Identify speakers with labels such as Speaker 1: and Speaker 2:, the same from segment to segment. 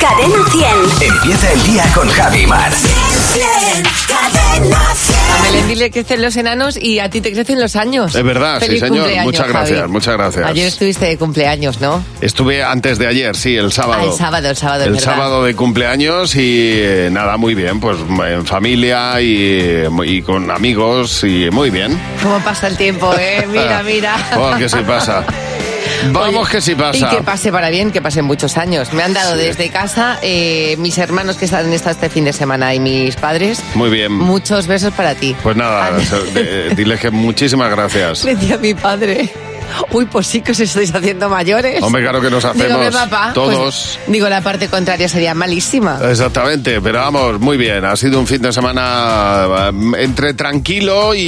Speaker 1: Cadena 100.
Speaker 2: Empieza el día con Javi Mar.
Speaker 1: Cadena 100.
Speaker 3: A Belén dile que crecen los enanos y a ti te crecen los años.
Speaker 4: Es verdad, sí,
Speaker 3: Feliz
Speaker 4: señor.
Speaker 3: cumpleaños,
Speaker 4: Muchas gracias,
Speaker 3: Javi.
Speaker 4: muchas gracias.
Speaker 3: Ayer estuviste de cumpleaños, ¿no?
Speaker 4: Estuve antes de ayer, sí, el sábado.
Speaker 3: Ah, el sábado, el sábado, es
Speaker 4: El
Speaker 3: verdad.
Speaker 4: sábado de cumpleaños y eh, nada, muy bien, pues en familia y, eh, y con amigos y muy bien.
Speaker 3: ¿Cómo pasa el tiempo, eh? Mira, mira.
Speaker 4: Oh, que sí pasa. Vamos que sí pasa.
Speaker 3: Y que pase para bien, que pasen muchos años. Me han dado desde casa eh, mis hermanos que están en esta este fin de semana y mis padres.
Speaker 4: Muy bien.
Speaker 3: Muchos besos para ti.
Speaker 4: Pues
Speaker 3: Ah,
Speaker 4: nada, o sea, eh, diles que muchísimas gracias.
Speaker 3: Le decía a mi padre. Uy, pues sí que os estáis haciendo mayores.
Speaker 4: Hombre, claro que nos
Speaker 3: Digo, "Ve,
Speaker 4: hacemos
Speaker 3: papá, pues,
Speaker 4: todos.
Speaker 3: digo, la parte contraria sería malísima.
Speaker 4: Exactamente, pero vamos, muy bien. Ha sido un fin de semana eh, entre tranquilo eh,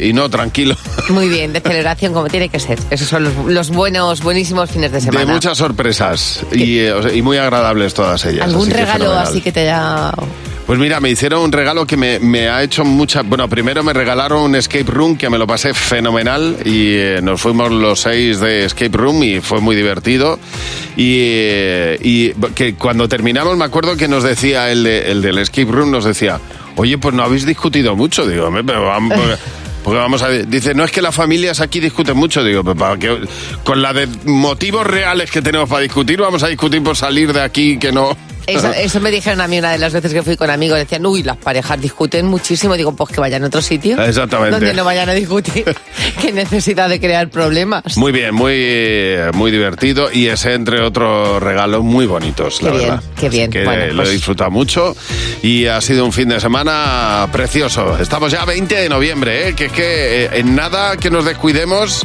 Speaker 4: y- y- y no tranquilo.
Speaker 3: Muy bien, de celebración como tiene que ser. Esos son los, los buenos, buenísimos fines de semana.
Speaker 4: De muchas sorpresas y, eh, o sea, y muy agradables todas ellas.
Speaker 3: ¿Algún
Speaker 4: así que
Speaker 3: regalo
Speaker 4: fenomenal.
Speaker 3: así que te da...
Speaker 4: Pues mira, me hicieron un regalo que me, me ha hecho mucha... Bueno, primero me regalaron un escape room que me lo pasé fenomenal y eh, nos fuimos los seis de escape room y fue muy divertido. Y, eh, y que cuando terminamos me acuerdo que nos decía el, de- el del escape room, nos decía, oye, pues no habéis discutido mucho, digo, "Hombre, pero vamos... Porque vamos a ver, dice, no es que las familias aquí discuten mucho, digo, "Pero para que con la de motivos reales que tenemos para discutir, vamos a discutir por salir de aquí que no.
Speaker 3: Eso, eso me dijeron a mí una de las veces que fui con amigos. Decían, uy, las parejas discuten muchísimo. Digo, pues que vayan a otro sitio.
Speaker 4: Exactamente.
Speaker 3: Donde no vayan a discutir. Qué necesidad de crear problemas.
Speaker 4: Muy bien, muy, muy divertido y ese entre otros regalos muy bonitos,
Speaker 3: Qué
Speaker 4: la
Speaker 3: bien,
Speaker 4: verdad.
Speaker 3: qué bien.
Speaker 4: Que
Speaker 3: Bueno,
Speaker 4: lo
Speaker 3: pues-
Speaker 4: he disfrutado mucho y ha sido un fin de semana precioso. Estamos ya a 20 de noviembre, ¿eh? que es que eh, en nada que nos descuidemos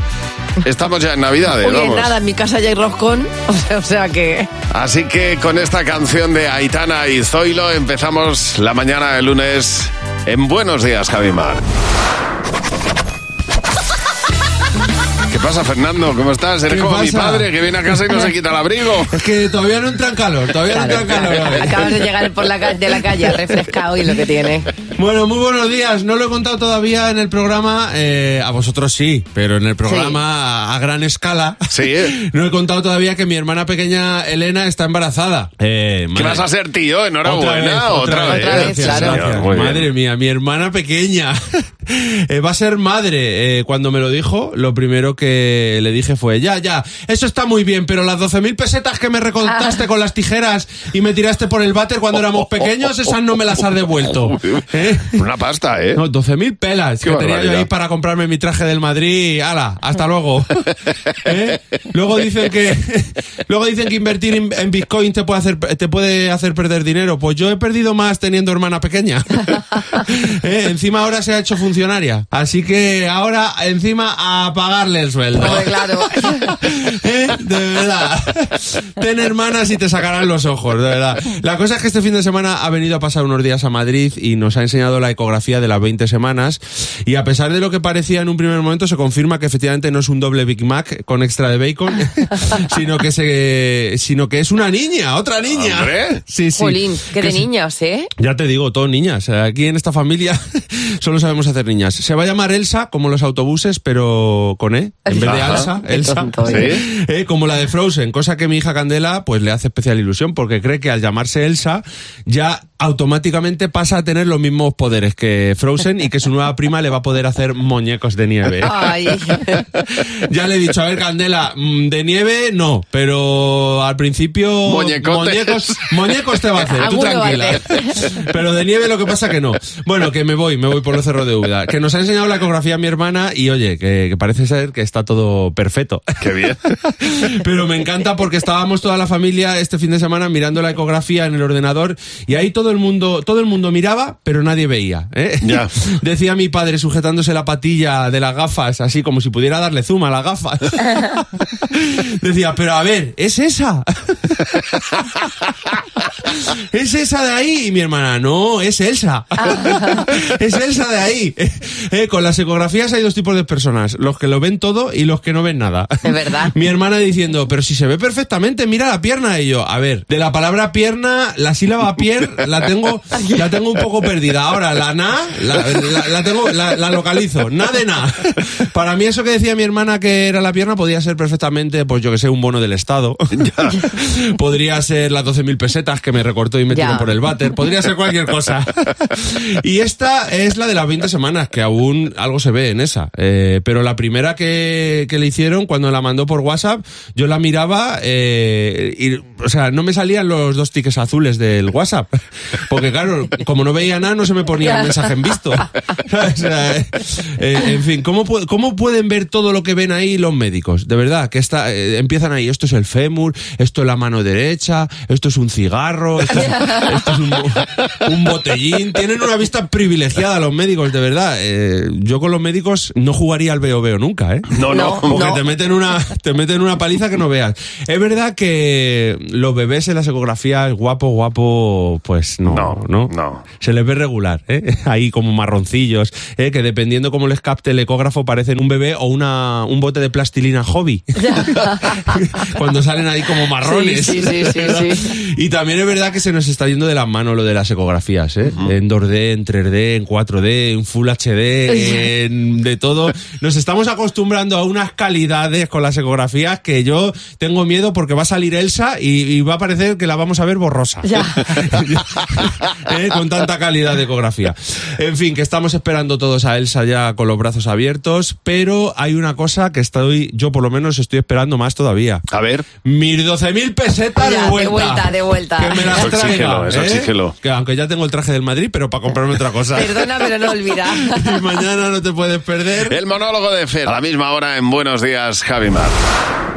Speaker 4: estamos ya en Navidades,
Speaker 3: Uy,
Speaker 4: vamos.
Speaker 3: nada, en mi casa ya hay roscón. O sea, o sea que...
Speaker 4: Así que con esta canción de Aitana y Zoilo empezamos la mañana de lunes en Buenos Días, Javi Mar. ¿Qué pasa, Fernando? ¿Cómo estás? Eres
Speaker 5: ¿Qué
Speaker 4: como mi
Speaker 5: pasa?
Speaker 4: padre que viene a casa y no se quita el abrigo.
Speaker 5: Es que todavía no entra en calor, todavía no entra en calor. hoy.
Speaker 3: Acabas de llegar por la, ca- de la calle refrescado y lo que tiene.
Speaker 5: Bueno, muy buenos días. No lo he contado todavía en el programa, eh, a vosotros sí, pero en el programa a, a gran escala.
Speaker 4: Sí, ¿eh?
Speaker 5: No he contado todavía que mi hermana pequeña Elena está embarazada. Eh,
Speaker 4: ¿Qué
Speaker 5: madre-
Speaker 4: vas a hacer, tío?
Speaker 5: Otra vez,
Speaker 4: Enhorabuena, otra vez.
Speaker 3: Otra vez,
Speaker 5: Gracias,
Speaker 3: claro.
Speaker 5: gracias.
Speaker 4: Muy bien.
Speaker 5: Madre mía, mi hermana pequeña Eh, va a ser madre. Eh, cuando me lo dijo, lo primero que le dije fue, ya, ya, eso está muy bien, pero las 12.000 pesetas que me recontaste con las tijeras y me tiraste por el váter cuando éramos
Speaker 4: Oh,
Speaker 5: pequeños, esas no me las has devuelto. ¿Eh?
Speaker 4: Una pasta, ¿eh?
Speaker 5: No, 12.000 pelas
Speaker 4: Qué
Speaker 5: que tenía yo
Speaker 4: barbaridad.
Speaker 5: ahí para comprarme mi traje del Madrid. ¡Hala! ¡Hasta luego! ¿Eh? Luego dicen que luego dicen que invertir en, en Bitcoin te puede, hacer, te puede hacer perder dinero. Pues yo he perdido más teniendo hermana pequeña. ¿Eh? Encima ahora se ha hecho funcionaria. Así que ahora encima a pagarle el sueldo.
Speaker 3: Hombre, claro.
Speaker 5: ¿Eh? De verdad. Ten hermanas y te sacarán los ojos, de verdad. La cosa es que este fin de semana ha venido a pasar unos días a Madrid y nos ha enseñado la ecografía de las 20 semanas. Y a pesar de lo que parecía en un primer momento, se confirma que efectivamente no es un doble Big Mac con extra de bacon, sino que se, sino que es una niña, otra niña.
Speaker 4: Hombre.
Speaker 5: Sí, sí.
Speaker 3: Jolín, qué de
Speaker 5: Que se-
Speaker 3: niños, ¿eh?
Speaker 5: ya te digo, todo niñas. Aquí en esta familia solo sabemos hacer niñas. Se va a llamar Elsa, como los autobuses, pero con E. En vez de
Speaker 4: Ajá.
Speaker 5: Elsa,
Speaker 3: Qué
Speaker 5: Elsa.
Speaker 3: tonto,
Speaker 4: ¿eh?
Speaker 5: Eh, como la de Frozen, cosa que mi hija Candela pues le hace especial ilusión, porque cree que al llamarse Elsa ya automáticamente pasa a tener los mismos poderes que Frozen y que su nueva prima le va a poder hacer muñecos de nieve.
Speaker 3: Ay.
Speaker 5: Ya le he dicho, a ver, Candela, mm, de nieve no, pero al principio.
Speaker 4: Muñecotes.
Speaker 5: Muñecos, muñecos te va a hacer, tú
Speaker 3: Alguno va a
Speaker 5: tranquila. Pero de nieve lo que pasa que no. Bueno, que me voy, me voy por los cerros de Úbeda. Que nos ha enseñado la ecografía mi hermana y oye, que, que parece ser que está todo perfecto.
Speaker 4: Qué bien.
Speaker 5: Pero me encanta porque estábamos toda la familia este fin de semana mirando la ecografía en el ordenador y ahí todo el mundo, todo el mundo miraba, pero nadie veía. ¿eh?
Speaker 4: Ya.
Speaker 5: Decía mi padre sujetándose la patilla de las gafas, así como si pudiera darle zoom a las gafas. Decía, pero a ver, ¿es esa? es esa de ahí. Y mi hermana, no, es Elsa.
Speaker 3: Ah.
Speaker 5: es Elsa de ahí. Eh, con las ecografías hay dos tipos de personas, los que lo ven todo y los que no ven nada.
Speaker 3: Es verdad.
Speaker 5: Mi hermana diciendo, pero si se ve perfectamente, mira la pierna. Y yo, a ver, de la palabra pierna, la sílaba pier, la tengo, la tengo un poco perdida. Ahora, la na, la, la- la tengo, la, la localizo. Na de na. Para mí eso que decía mi hermana que era la pierna podía ser perfectamente, pues yo que sé, un bono del Estado. Podría ser las 12.000 pesetas que me recortó y me
Speaker 3: Ya.
Speaker 5: tiró por el váter. Podría ser cualquier cosa. y esta es la de las 20 semanas, que aún algo se ve en esa. Eh, pero la primera que, que le hicieron, cuando la mandó por WhatsApp, yo la miraba eh, y, o sea, no me salían los dos tickets azules del WhatsApp. Porque claro, como no veía nada, no se me ponía el mensaje en visto. O sea, eh, eh, en fin, ¿cómo, pu- ¿cómo pueden ver todo lo que ven ahí los médicos? De verdad, que está, eh, empiezan ahí, esto es el fémur, esto es la mano derecha, esto es un cigarro, esto es, esto es un, bo- un botellín. Tienen una vista privilegiada los médicos, de verdad. Eh, yo con los médicos no jugaría al veo veo nunca, ¿eh?
Speaker 4: No, no.
Speaker 3: No,
Speaker 5: Porque
Speaker 3: no.
Speaker 5: te meten una te meten una paliza que no veas. Es verdad que los bebés en las ecografías guapo guapo pues no,
Speaker 4: No,
Speaker 5: no,
Speaker 4: no.
Speaker 5: Se les ve regular, ¿eh? Ahí como marroncillos, ¿eh? que dependiendo cómo les capte el ecógrafo parecen un bebé o una un bote de plastilina hobby. Cuando salen ahí como marrones.
Speaker 3: Sí, sí, sí, sí, sí.
Speaker 5: Y también es verdad que se nos está yendo de las manos lo de las ecografías, ¿eh? En 2D, en 3D, en 4D, en Full HD, en de todo. Nos estamos acostumbrando a unas calidades con las ecografías que yo tengo miedo porque va a salir Elsa y, y va a parecer que la vamos a ver borrosa.
Speaker 3: Ya.
Speaker 5: ¿Eh? Con tanta calidad de ecografía. En fin, que estamos esperando todos a Elsa ya con los brazos abiertos, pero hay una cosa que estoy, yo por lo menos estoy esperando más todavía.
Speaker 4: A ver.
Speaker 5: Mis 12.000 pesetas
Speaker 3: Ya,
Speaker 5: de
Speaker 3: de
Speaker 5: vuelta.
Speaker 3: vuelta, de vuelta.
Speaker 5: Que me las
Speaker 4: Eso
Speaker 5: traiga,
Speaker 4: exígelo, eso
Speaker 5: ¿eh?
Speaker 4: exígelo.
Speaker 5: Que aunque ya tengo el traje del Madrid, pero para comprarme otra cosa.
Speaker 3: Perdona, pero no olvida.
Speaker 5: Y mañana no te puedes perder.
Speaker 4: El monólogo de Fer, a la misma hora en Buenos Días, Javi Mar.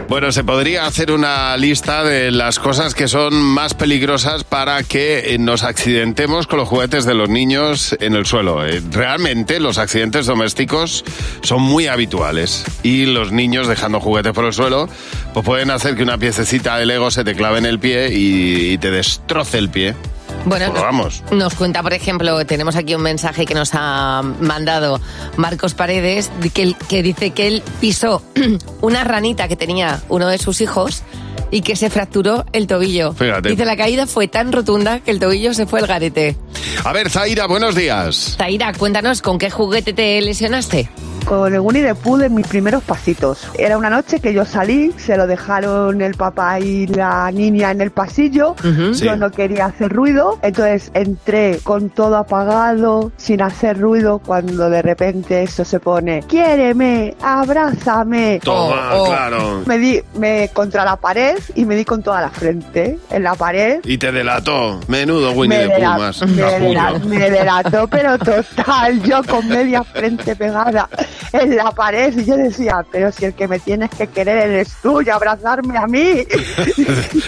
Speaker 4: Bueno, se podría hacer una lista de las cosas que son más peligrosas para que eh, nos accidentemos con los juguetes de los niños en el suelo. Eh, Realmente los accidentes domésticos son muy habituales y los niños dejando juguetes por el suelo pues pueden hacer que una piececita de Lego se te clave en el pie y, y te destroce el pie.
Speaker 3: Bueno,
Speaker 4: Pues vamos.
Speaker 3: nos cuenta, por ejemplo, tenemos aquí un mensaje que nos ha mandado Marcos Paredes, de que, él- que dice que él pisó una ranita que tenía uno de sus hijos y que se fracturó el tobillo.
Speaker 4: Fíjate.
Speaker 3: Dice, la caída fue tan rotunda que el tobillo se fue al garete.
Speaker 4: A ver, Zaira, buenos días.
Speaker 3: Taira, cuéntanos, ¿con qué juguete te lesionaste?
Speaker 1: Con el Winnie the Pooh de mis primeros pasitos. Era una noche que yo salí, se lo dejaron el papá y la niña en el pasillo.
Speaker 3: Ujú.
Speaker 4: Sí.
Speaker 1: Yo no quería hacer ruido, entonces entré con todo apagado, sin hacer ruido, cuando de repente eso se pone, quiéreme, abrázame.
Speaker 4: Toma,
Speaker 3: Oh, oh.
Speaker 4: claro.
Speaker 1: Me di me contra la pared y me di con toda la frente en la pared.
Speaker 4: Y te delató. Menudo Winnie
Speaker 1: me
Speaker 4: de
Speaker 1: dela-
Speaker 4: Pumas.
Speaker 1: me dela- me delató, pero total, yo con media frente pegada en la pared y yo decía, pero si el que me tienes que querer eres tú y abrazarme a mí.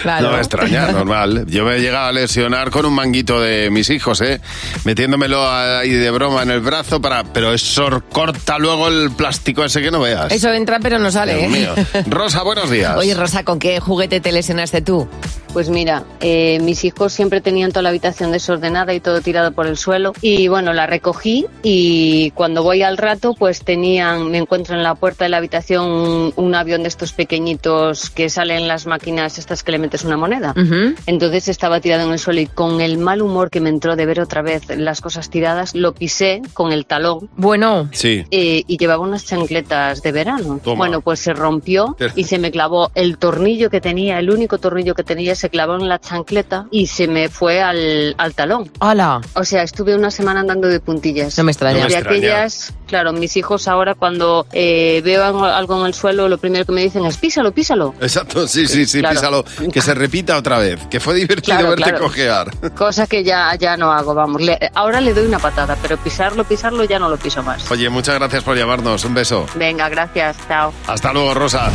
Speaker 3: Claro.
Speaker 4: No me extraña, normal. Yo me he llegado a lesionar con un manguito de mis hijos, ¿eh? Metiéndomelo ahí de broma en el brazo para... Pero eso corta luego el plástico ese que no veas.
Speaker 3: Eso entra pero no sale.
Speaker 4: Dios
Speaker 3: ¿eh?
Speaker 4: mío. Rosa, buenos días.
Speaker 3: Oye, Rosa, ¿con qué juguete te lesionaste tú?
Speaker 6: Pues mira, eh, mis hijos siempre tenían toda la habitación desordenada y todo tirado por el suelo. Y bueno, la recogí y cuando voy al rato, pues tenían, me encuentro en la puerta de la habitación un, un avión de estos pequeñitos que salen las máquinas estas que le metes una moneda.
Speaker 3: Ujú.
Speaker 6: Entonces estaba tirado en el suelo y con el mal humor que me entró de ver otra vez las cosas tiradas, lo pisé con el talón
Speaker 3: Bueno,
Speaker 4: Sí.
Speaker 6: eh, y llevaba unas chancletas de verano.
Speaker 4: Toma.
Speaker 6: Bueno, pues se rompió y se me clavó el tornillo que tenía, el único tornillo que tenía, se clavó en la chancleta y se me fue al, al talón.
Speaker 3: hola.
Speaker 6: O sea, estuve una semana andando de puntillas.
Speaker 3: No me extraña.
Speaker 4: No me
Speaker 6: De
Speaker 4: extraña.
Speaker 6: aquellas, claro, mis hijos ahora cuando eh, veo algo- algo en el suelo, lo primero que me dicen es písalo, písalo.
Speaker 4: Exacto, sí, sí, sí,
Speaker 6: Claro.
Speaker 4: písalo. Que se repita otra vez. Que fue divertido
Speaker 6: Claro,
Speaker 4: verte
Speaker 6: claro.
Speaker 4: cojear.
Speaker 6: Cosa que ya, ya no hago, vamos. Le- ahora le doy una patada, pero pisarlo, pisarlo ya no lo piso más.
Speaker 4: Oye, muchas gracias por llamarnos. Un beso.
Speaker 6: Venga, gracias, chao.
Speaker 4: Hasta luego, Rosa.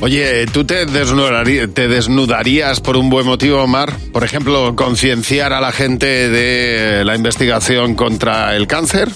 Speaker 4: Oye, ¿tú te, desnudari- te desnudarías por un buen motivo, Omar? Por ejemplo, concienciar a la gente de la investigación contra el cáncer.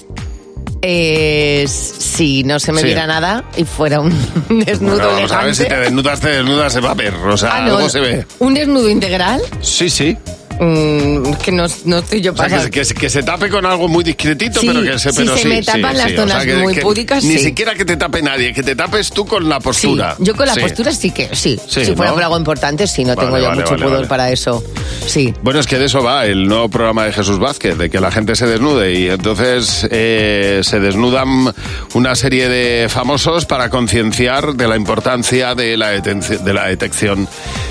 Speaker 3: Eh, si no se me
Speaker 4: Sí.
Speaker 3: diera nada y fuera un desnudo
Speaker 4: Bueno, vamos a ver si
Speaker 3: elegante.
Speaker 4: te desnudas, te desnudas de paper. O sea,
Speaker 3: Ah, no,
Speaker 4: algo se ve.
Speaker 3: ¿Un desnudo integral?
Speaker 4: Sí, sí.
Speaker 3: Mm, que no, no estoy yo
Speaker 4: O sea,
Speaker 3: para...
Speaker 4: que, se- que se- que se tape con algo muy discretito,
Speaker 3: Sí,
Speaker 4: pero que se,
Speaker 3: si
Speaker 4: pero
Speaker 3: se
Speaker 4: sí,
Speaker 3: me
Speaker 4: sí,
Speaker 3: tapan
Speaker 4: sí,
Speaker 3: las
Speaker 4: o sea,
Speaker 3: zonas
Speaker 4: que-
Speaker 3: muy
Speaker 4: que
Speaker 3: púdicas,
Speaker 4: Ni
Speaker 3: sí.
Speaker 4: siquiera que te tape nadie, que te tapes tú con la
Speaker 3: Sí,
Speaker 4: postura.
Speaker 3: yo con la
Speaker 4: Sí.
Speaker 3: postura sí que sí.
Speaker 4: Sí,
Speaker 3: si fuera
Speaker 4: ¿no?
Speaker 3: por algo importante, sí, no
Speaker 4: Vale,
Speaker 3: tengo yo
Speaker 4: vale,
Speaker 3: mucho
Speaker 4: vale,
Speaker 3: pudor
Speaker 4: vale.
Speaker 3: para eso. Sí.
Speaker 4: Bueno, es que de eso va el nuevo programa de Jesús Vázquez, de que la gente se desnude y entonces eh, se desnudan una serie de famosos para concienciar de la importancia de la, detenci- de la detección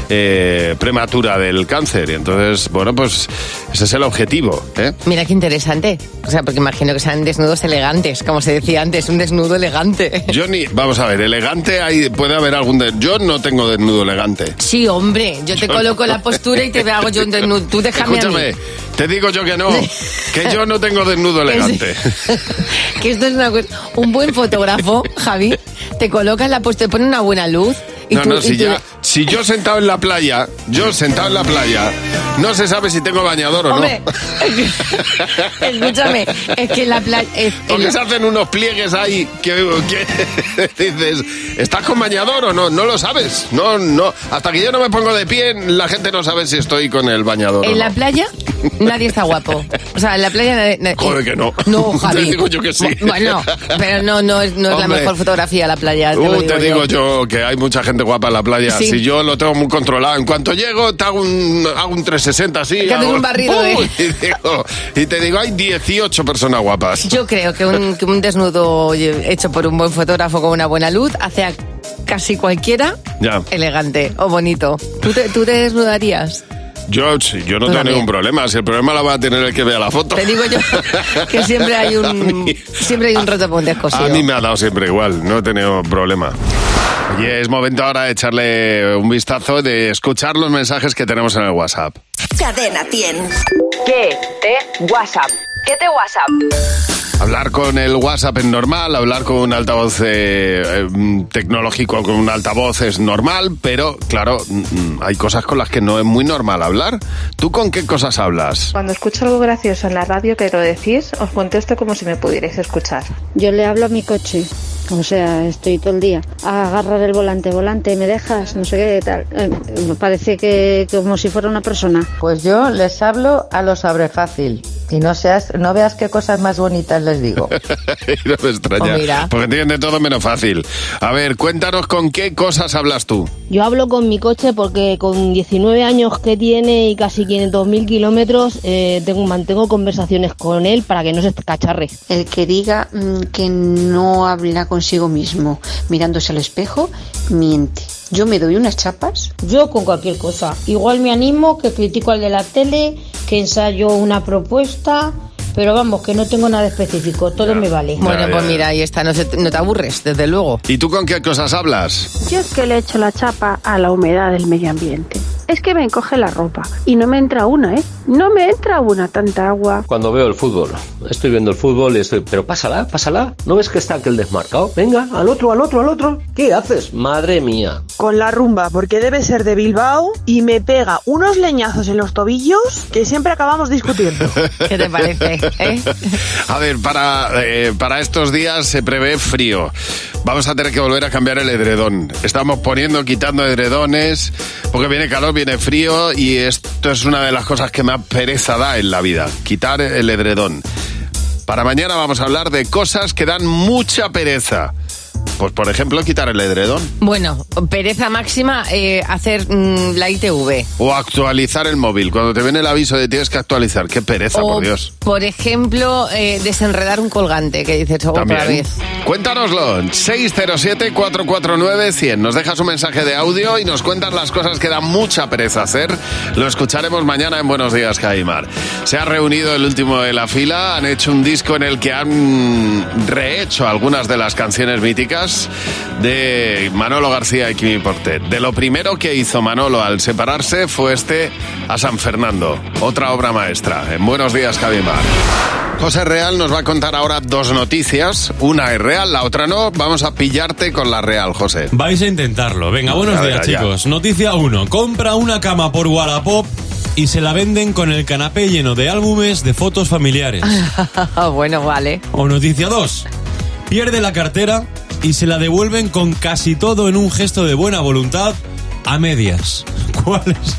Speaker 4: eh, prematura del cáncer. Y entonces, bueno, pues ese es el objetivo. ¿eh?
Speaker 3: Mira qué interesante. O sea, porque imagino que sean desnudos elegantes, como se decía antes, un desnudo elegante.
Speaker 4: Yo ni, vamos a ver, elegante, ahí puede haber algún... de- yo no tengo desnudo elegante.
Speaker 3: Sí, hombre, yo te
Speaker 4: Yo
Speaker 3: coloco
Speaker 4: no.
Speaker 3: la postura y te hago yo un desnudo. Tú déjame
Speaker 4: Escúchame,
Speaker 3: a mí.
Speaker 4: te digo yo que no, que yo no tengo desnudo elegante.
Speaker 3: Que esto es una cosa. Un buen fotógrafo, Javi, te colocas la postura, te pone una buena luz y
Speaker 4: No,
Speaker 3: tú.
Speaker 4: no,
Speaker 3: y
Speaker 4: si
Speaker 3: tú-
Speaker 4: ya, si yo sentado en la playa, yo sentado en la playa, no se sabe si tengo bañador o
Speaker 3: Hombre,
Speaker 4: no.
Speaker 3: escúchame, es que la playa. es- el-
Speaker 4: Porque se hacen unos pliegues ahí que, que dices, ¿estás con bañador o no? No lo sabes. No, no. Hasta que yo no me pongo de pie, la gente no sabe si estoy con el bañador o
Speaker 3: En
Speaker 4: no.
Speaker 3: la playa nadie está guapo. O sea, en la playa nadie... nadie-
Speaker 4: Joder que no.
Speaker 3: No, Javi.
Speaker 4: Te digo yo que sí.
Speaker 3: Bu- Bueno, pero no, no es, no es la
Speaker 4: Hombre.
Speaker 3: mejor fotografía la playa. Te,
Speaker 4: Uh,
Speaker 3: lo
Speaker 4: te digo yo. que hay mucha gente guapa en la playa.
Speaker 3: Sí.
Speaker 4: Si yo lo tengo muy controlado, en cuanto llego, te hago un, hago un 360 así.
Speaker 3: Que haces
Speaker 4: hago-
Speaker 3: un barrido,
Speaker 4: ¡Uy!
Speaker 3: ¿eh?
Speaker 4: y, digo- y te digo, hay 18 personas guapas.
Speaker 3: Yo creo que un, que un desnudo hecho por un buen fotógrafo con una buena luz hace a casi cualquiera
Speaker 4: Ya.
Speaker 3: elegante o bonito. ¿Tú te, tú te desnudarías?
Speaker 4: Yo, sí, yo
Speaker 3: Tú
Speaker 4: no tengo
Speaker 3: también.
Speaker 4: ningún problema. Si el problema lo va a tener el que vea la foto.
Speaker 3: Te digo yo que siempre hay
Speaker 4: A
Speaker 3: un,
Speaker 4: mí-
Speaker 3: siempre hay un rotopunto
Speaker 4: A
Speaker 3: descosido.
Speaker 4: mí me ha dado siempre igual, no he tenido problema. Y es momento ahora de echarle un vistazo, de escuchar los mensajes que tenemos en el WhatsApp.
Speaker 7: Cadena 100.
Speaker 8: ¿Qué te WhatsApp? ¿Qué te WhatsApp?
Speaker 4: Hablar con el WhatsApp es normal, hablar con un altavoz eh, eh, mm, tecnológico, con un altavoz es normal, pero claro, mm, mm, hay cosas con las que no es muy normal hablar. ¿Tú con qué cosas hablas?
Speaker 9: Cuando escucho algo gracioso en la radio que lo decís, os contesto como si me pudierais escuchar.
Speaker 10: Yo le hablo a mi coche, o sea, estoy todo el día a agarrar el volante, volante, me dejas, no sé qué tal. Eh, me parece que como si fuera una persona.
Speaker 11: Pues yo les hablo a los abrefácil y no seas, no veas qué cosas más bonitas les digo.
Speaker 4: no me extraña,
Speaker 11: Pues mira.
Speaker 4: porque tienen de todo menos fácil. A ver, cuéntanos con qué cosas hablas tú.
Speaker 12: Yo hablo con mi coche porque con 19 años que tiene y casi 500.000 kilómetros eh, tengo, mantengo conversaciones con él para que no se cacharre.
Speaker 13: El que diga mm, que no habla consigo mismo mirándose al espejo, miente. Yo me doy unas chapas.
Speaker 14: Yo con cualquier cosa. Igual me animo, que critico al de la tele, que ensayo una propuesta, pero vamos, que no tengo nada específico, todo me vale.
Speaker 3: Bueno,
Speaker 4: Ya,
Speaker 3: pues
Speaker 4: ya.
Speaker 3: mira, ahí está, no, se- no te aburres, desde luego.
Speaker 4: ¿Y tú con qué cosas hablas?
Speaker 15: Yo es que le echo la chapa a la humedad del medio ambiente. Es que me encoge la ropa y no me entra una, ¿eh? No me entra una tanta agua.
Speaker 16: Cuando veo el fútbol, estoy viendo el fútbol y estoy, pero pásala, pásala. ¿No ves que está aquel desmarcado? Venga, al otro, al otro, al otro. ¿Qué haces? Madre mía.
Speaker 17: Con la rumba, porque debe ser de Bilbao y me pega unos leñazos en los tobillos que siempre acabamos discutiendo.
Speaker 3: ¿Qué te parece? eh?
Speaker 4: A ver, para, eh, para estos días se prevé frío. Vamos a tener que volver a cambiar el edredón. Estamos poniendo, quitando edredones, porque viene calor, viene frío y esto es una de las cosas que más pereza da en la vida, quitar el edredón. Para mañana vamos a hablar de cosas que dan mucha pereza. Pues por ejemplo, quitar el edredón
Speaker 3: Bueno, pereza máxima eh, hacer mm, la ITV.
Speaker 4: o actualizar el móvil. Cuando te viene el aviso de tienes que actualizar, qué pereza,
Speaker 3: o,
Speaker 4: por Dios.
Speaker 3: por ejemplo, eh, desenredar un colgante, que dices "Oh, otra
Speaker 4: También.
Speaker 3: vez.
Speaker 4: Cuéntanoslo. 607-449-100. Nos dejas un mensaje de audio y nos cuentas las cosas que da mucha pereza hacer. Lo escucharemos mañana en Buenos Días, Caimar. Se ha reunido el último de la fila. Han hecho un disco en el que han rehecho algunas de las canciones míticas de Manolo García y Kimi Portet. De lo primero que hizo Manolo al separarse fue este a San Fernando. Otra obra maestra. En Buenos Días, Caimar. José Real nos va a contar ahora dos noticias. Una es real, la otra no. Vamos a pillarte con la real, José.
Speaker 5: Vais a intentarlo. Venga,
Speaker 4: Ya
Speaker 5: buenos días,
Speaker 4: verás, ya.
Speaker 5: chicos. Noticia 1. Compra una cama por Wallapop
Speaker 7: y se la venden con el canapé lleno de álbumes de fotos familiares.
Speaker 3: bueno, vale.
Speaker 7: O noticia 2. Pierde la cartera y se la devuelven con casi todo en un gesto de buena voluntad a medias. ¿Cuál es?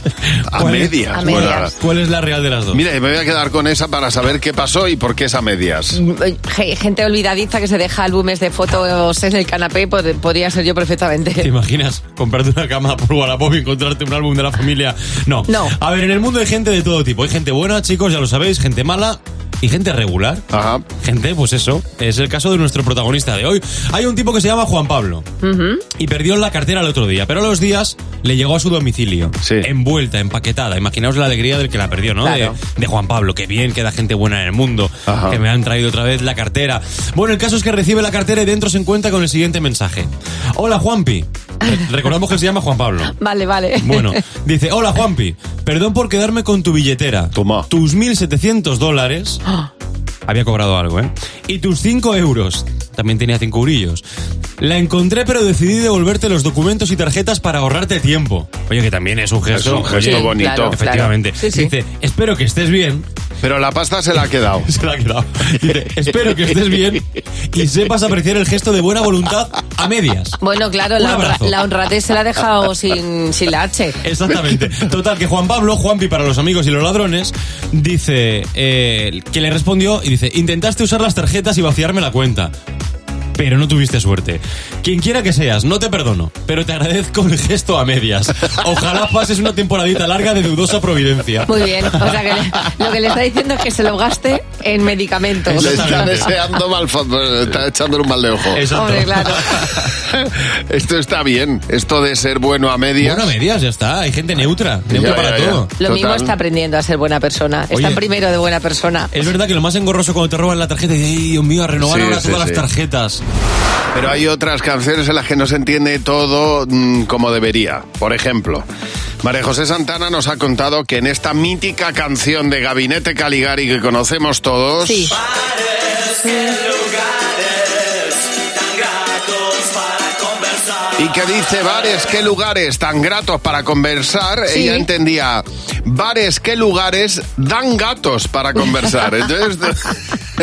Speaker 4: A
Speaker 7: cuál es-
Speaker 4: medias. Bueno,
Speaker 7: ¿Cuál es la real de las dos?
Speaker 4: Mira, me voy a quedar con esa para saber qué pasó y por qué es a medias.
Speaker 3: Ge- Gente olvidadiza que se deja álbumes de fotos en el canapé, pod- podría ser yo
Speaker 7: ¿Te
Speaker 3: perfectamente.
Speaker 7: imaginas comprarte una cama por Wallapop y encontrarte un álbum de la familia? No. No. A ver, en el mundo hay gente de todo tipo. Hay gente buena, chicos, ya lo sabéis, gente mala y gente regular.
Speaker 4: Ajá.
Speaker 7: Gente, pues eso. Es el caso de nuestro protagonista de hoy. Hay un tipo que se llama Juan Pablo
Speaker 3: Ujú.
Speaker 7: y perdió la cartera el otro día, pero a los días le llegó a su domicilio. Envuelta, empaquetada. Imaginaos la alegría del que la perdió, ¿no?
Speaker 16: Claro.
Speaker 7: De, de Juan Pablo. Qué bien, queda gente buena en el mundo. Que me han traído otra vez la cartera. Bueno, el caso es que recibe la cartera y dentro se encuentra con el siguiente mensaje. Hola, Juanpi. Re- Recordamos que se llama Juan Pablo.
Speaker 3: Vale, vale.
Speaker 7: Bueno, dice, hola Juanpi, perdón por quedarme con tu billetera. Toma. Tus 1.700 dólares. Había cobrado algo, ¿eh? Y tus 5 euros. También tenía 5 eurillos. La encontré, pero decidí devolverte los documentos y tarjetas para ahorrarte tiempo. Oye, que también es un gesto.
Speaker 4: Es un gesto
Speaker 7: oye,
Speaker 4: bonito. claro,
Speaker 7: Efectivamente.
Speaker 4: claro. Sí, sí.
Speaker 7: Dice, espero que estés bien.
Speaker 4: Pero la pasta se la ha quedado.
Speaker 7: se la ha quedado. Dice, espero que estés bien y sepas apreciar el gesto de buena voluntad a medias.
Speaker 3: Bueno, claro,
Speaker 7: Un
Speaker 3: la, honra-
Speaker 7: abrazo.
Speaker 3: la honradez se la ha dejado sin, sin la H.
Speaker 7: Exactamente. Total, que Juan Pablo, Juanpi para los amigos y los ladrones, dice eh, que le respondió y dice, intentaste usar las tarjetas y vaciarme la cuenta. Pero no tuviste suerte. Quien quiera que seas, no te perdono, pero te agradezco el gesto a medias. Ojalá pases una temporadita larga de dudosa providencia.
Speaker 3: Muy bien. O sea que le- lo que le está diciendo es que se lo gaste en medicamentos.
Speaker 4: Le está deseando mal, está echándole un mal de ojo.
Speaker 3: Hombre, claro.
Speaker 4: Esto está bien. Esto de ser bueno a medias.
Speaker 7: Bueno, a medias, ya está. Hay gente neutra. Neutra para todo.
Speaker 3: Lo mismo está aprendiendo a ser buena persona. Está
Speaker 7: Oye.
Speaker 3: primero de buena persona.
Speaker 4: Eh.
Speaker 7: Es verdad que lo más engorroso cuando te roban la tarjeta y dices, "Ay, Dios mío, a renovar
Speaker 4: Sí,
Speaker 7: ahora
Speaker 4: sí,
Speaker 7: todas
Speaker 4: sí.
Speaker 7: las tarjetas.
Speaker 4: Pero hay otras canciones en las que no se entiende todo mm, como debería. Por ejemplo, María José Santana nos ha contado que en esta mítica canción de Gabinete Caligari que conocemos todos, y que dice bares, qué lugares tan gratos para conversar,
Speaker 18: Sí.
Speaker 4: ella entendía bares, qué lugares dan gatos para conversar. Entonces,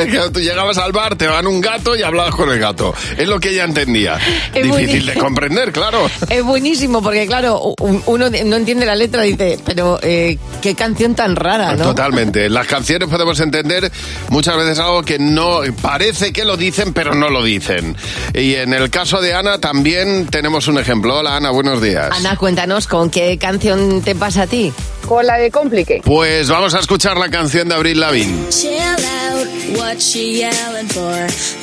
Speaker 4: claro, tú llegabas al bar, te van un gato y hablabas con el gato. Es lo que ella entendía.
Speaker 3: Es
Speaker 4: Difícil
Speaker 3: buenísimo.
Speaker 4: de comprender, claro.
Speaker 3: Es buenísimo porque, claro, un- uno no entiende la letra y dice, pero eh, qué canción tan rara, ¿no?
Speaker 4: Totalmente. Las canciones podemos entender muchas veces algo que no parece que lo dicen, pero no lo dicen. Y en el caso de Ana también tenemos un ejemplo. Hola Ana, buenos días.
Speaker 3: Ana, cuéntanos con qué canción te pasa a ti.
Speaker 19: Con la de Complique.
Speaker 4: Pues vamos a escuchar la canción de Abril Lavigne.
Speaker 20: Chill out, what she yelling for?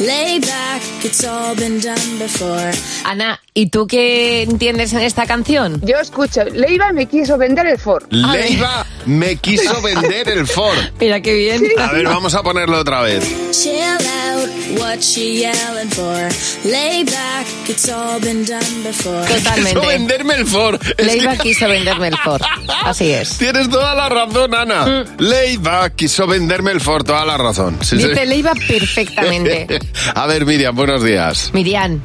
Speaker 20: Lay back, it's all been done before.
Speaker 3: Ana, ¿y tú qué entiendes en esta canción?
Speaker 19: Yo escucho, Leiva me quiso vender el Ford.
Speaker 4: Leiva me quiso vender el Ford.
Speaker 3: Mira qué bien.
Speaker 4: A ver, vamos a ponerlo otra vez.
Speaker 20: Chill out, what she yelling for? Lay back, it's all been done before.
Speaker 3: Totalmente.
Speaker 4: Quiso venderme el Ford. Es
Speaker 3: Leiva
Speaker 4: que-
Speaker 3: quiso venderme el Ford. Así es.
Speaker 4: Tienes toda la razón, Ana.
Speaker 3: Mm.
Speaker 4: Leiva quiso venderme el Ford, toda la razón. Sí, sí.
Speaker 3: Dice Leiva perfectamente.
Speaker 4: A ver, Miriam, buenos días.
Speaker 3: Miriam.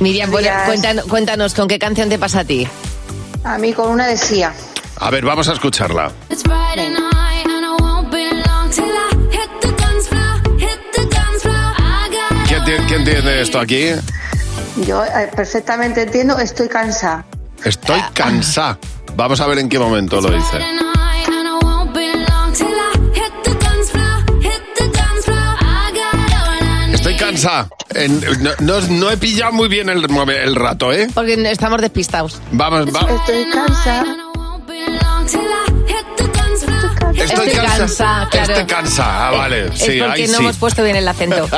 Speaker 3: Miriam, bueno, cuentan- cuéntanos, con qué canción te pasa a ti.
Speaker 13: A mí con una decía.
Speaker 4: A ver, vamos a escucharla.
Speaker 20: It's Friday night and I won't be long till I hit the guns floor, hit the guns floor. I got
Speaker 4: ¿Quién, tie- quién entiende esto aquí?
Speaker 13: Yo eh, perfectamente entiendo, estoy cansada.
Speaker 4: Estoy cansada. Vamos a ver en qué momento lo dice.
Speaker 20: Friday night and I won't be long till I hit the guns floor, hit the guns floor. I got all I need.
Speaker 4: Estoy cansada. No, no- no he pillado muy bien el, mome- el rato, ¿eh?
Speaker 3: Porque estamos despistados.
Speaker 4: Vamos, vamos.
Speaker 20: Estoy cansada.
Speaker 4: Estoy cansa- Estoy cansada. Ah, vale.
Speaker 3: Es
Speaker 4: sí,
Speaker 3: porque
Speaker 4: ahí
Speaker 3: no
Speaker 4: sí.
Speaker 3: hemos puesto bien el acento.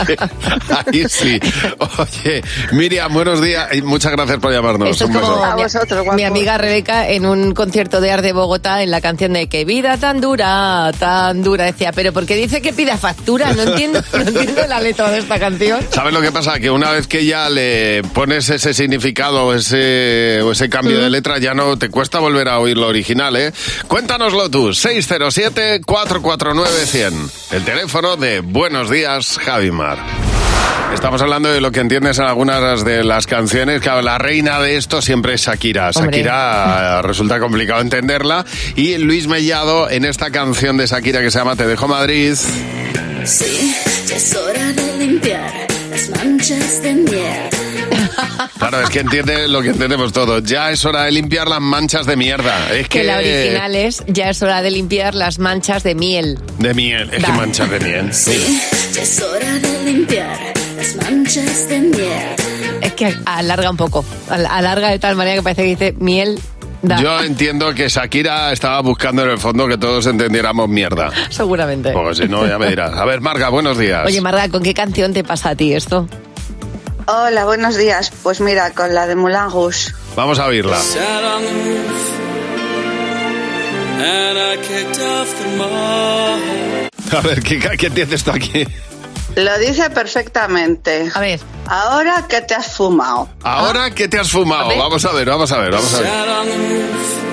Speaker 4: Ahí sí. Oye, Miriam, buenos días y muchas gracias por llamarnos.
Speaker 3: Esto es
Speaker 4: Un
Speaker 3: como
Speaker 4: beso.
Speaker 3: mi, mi amiga Rebeca en un concierto de Arte de Bogotá en la canción de Qué vida tan dura, tan dura. Decía, pero ¿por qué dice que pida factura? No entiendo, no entiendo la letra de esta canción.
Speaker 4: ¿Sabes lo que pasa? Que una vez que ya le pones ese significado o ese, o ese cambio de letra, ya no te cuesta volver a oír lo original, ¿eh? Cuéntanoslo tú, 607-449-100, el teléfono de Buenos Días, Javimar. Estamos hablando de lo que entiendes en algunas de las canciones. Claro, la reina de esto siempre es Shakira.
Speaker 18: Hombre.
Speaker 4: Shakira eh, resulta complicado entenderla. Y Luis Mellado en esta canción de Shakira que se llama Te dejo Madrid.
Speaker 20: Sí, ya es hora de limpiar las manchas de mierda.
Speaker 4: Claro, es que entiende lo que entendemos todos. Ya es hora de limpiar las manchas de mierda. Es que,
Speaker 3: Que la original es Ya es hora de limpiar las manchas de miel.
Speaker 4: De miel, es
Speaker 3: Da.
Speaker 4: que manchas de miel.
Speaker 20: Ya es hora de limpiar las manchas de mierda.
Speaker 3: Es que alarga un poco. Al- Alarga de tal manera que parece que dice miel. Da.
Speaker 4: Yo entiendo que Shakira estaba buscando en el fondo que todos entendiéramos mierda.
Speaker 3: Seguramente.
Speaker 4: Porque si no, ya me dirás. A ver, Marga, buenos días.
Speaker 3: Oye, Marga, ¿con qué canción te pasa a ti esto?
Speaker 21: Hola, buenos días. Pues mira, con la de Moulin Rouge.
Speaker 4: Vamos a oírla.
Speaker 18: Sat on the roof and I kicked off the mall.
Speaker 4: A ver, ¿qué, qué entiendes tú aquí?
Speaker 21: Lo dice perfectamente. A
Speaker 3: ver. Ah.
Speaker 21: Ahora que te has fumado.
Speaker 4: Ahora que te has fumado.
Speaker 21: A ver.
Speaker 4: Vamos a ver, vamos a ver, vamos a ver.
Speaker 18: Sat on the roof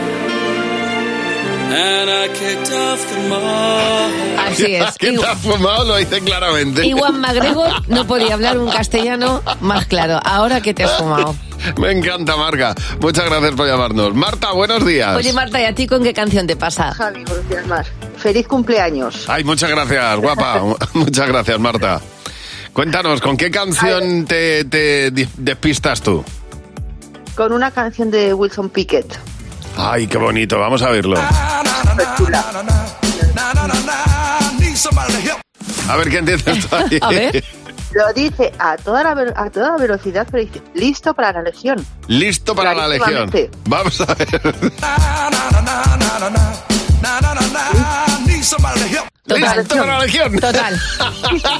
Speaker 18: and I kicked off the mall.
Speaker 3: Así es.
Speaker 4: ¿Qué te has fumado? Lo dice claramente.
Speaker 3: Y Juan MacGregor no podía hablar un castellano más claro. Ahora que te has fumado.
Speaker 4: Me encanta, Marga. Muchas gracias por llamarnos. Marta, buenos días.
Speaker 3: Oye, Marta, ¿y a ti con qué canción te pasa? Javi,
Speaker 22: gracias, Mar. Feliz cumpleaños.
Speaker 4: Ay, muchas gracias, guapa. muchas gracias, Marta. Cuéntanos, ¿con qué canción te, te di- despistas tú?
Speaker 22: Con una canción de Wilson Pickett.
Speaker 4: Ay, qué bonito, vamos a verlo.
Speaker 1: Pues
Speaker 4: A ver qué entiendes tú ahí.
Speaker 22: Lo dice a toda, la, ve- a toda velocidad, pero dice, listo para la lección.
Speaker 4: Listo para la legión.
Speaker 22: Clarísimamente.
Speaker 4: Vamos a ver. Listo para la legión.
Speaker 3: Total.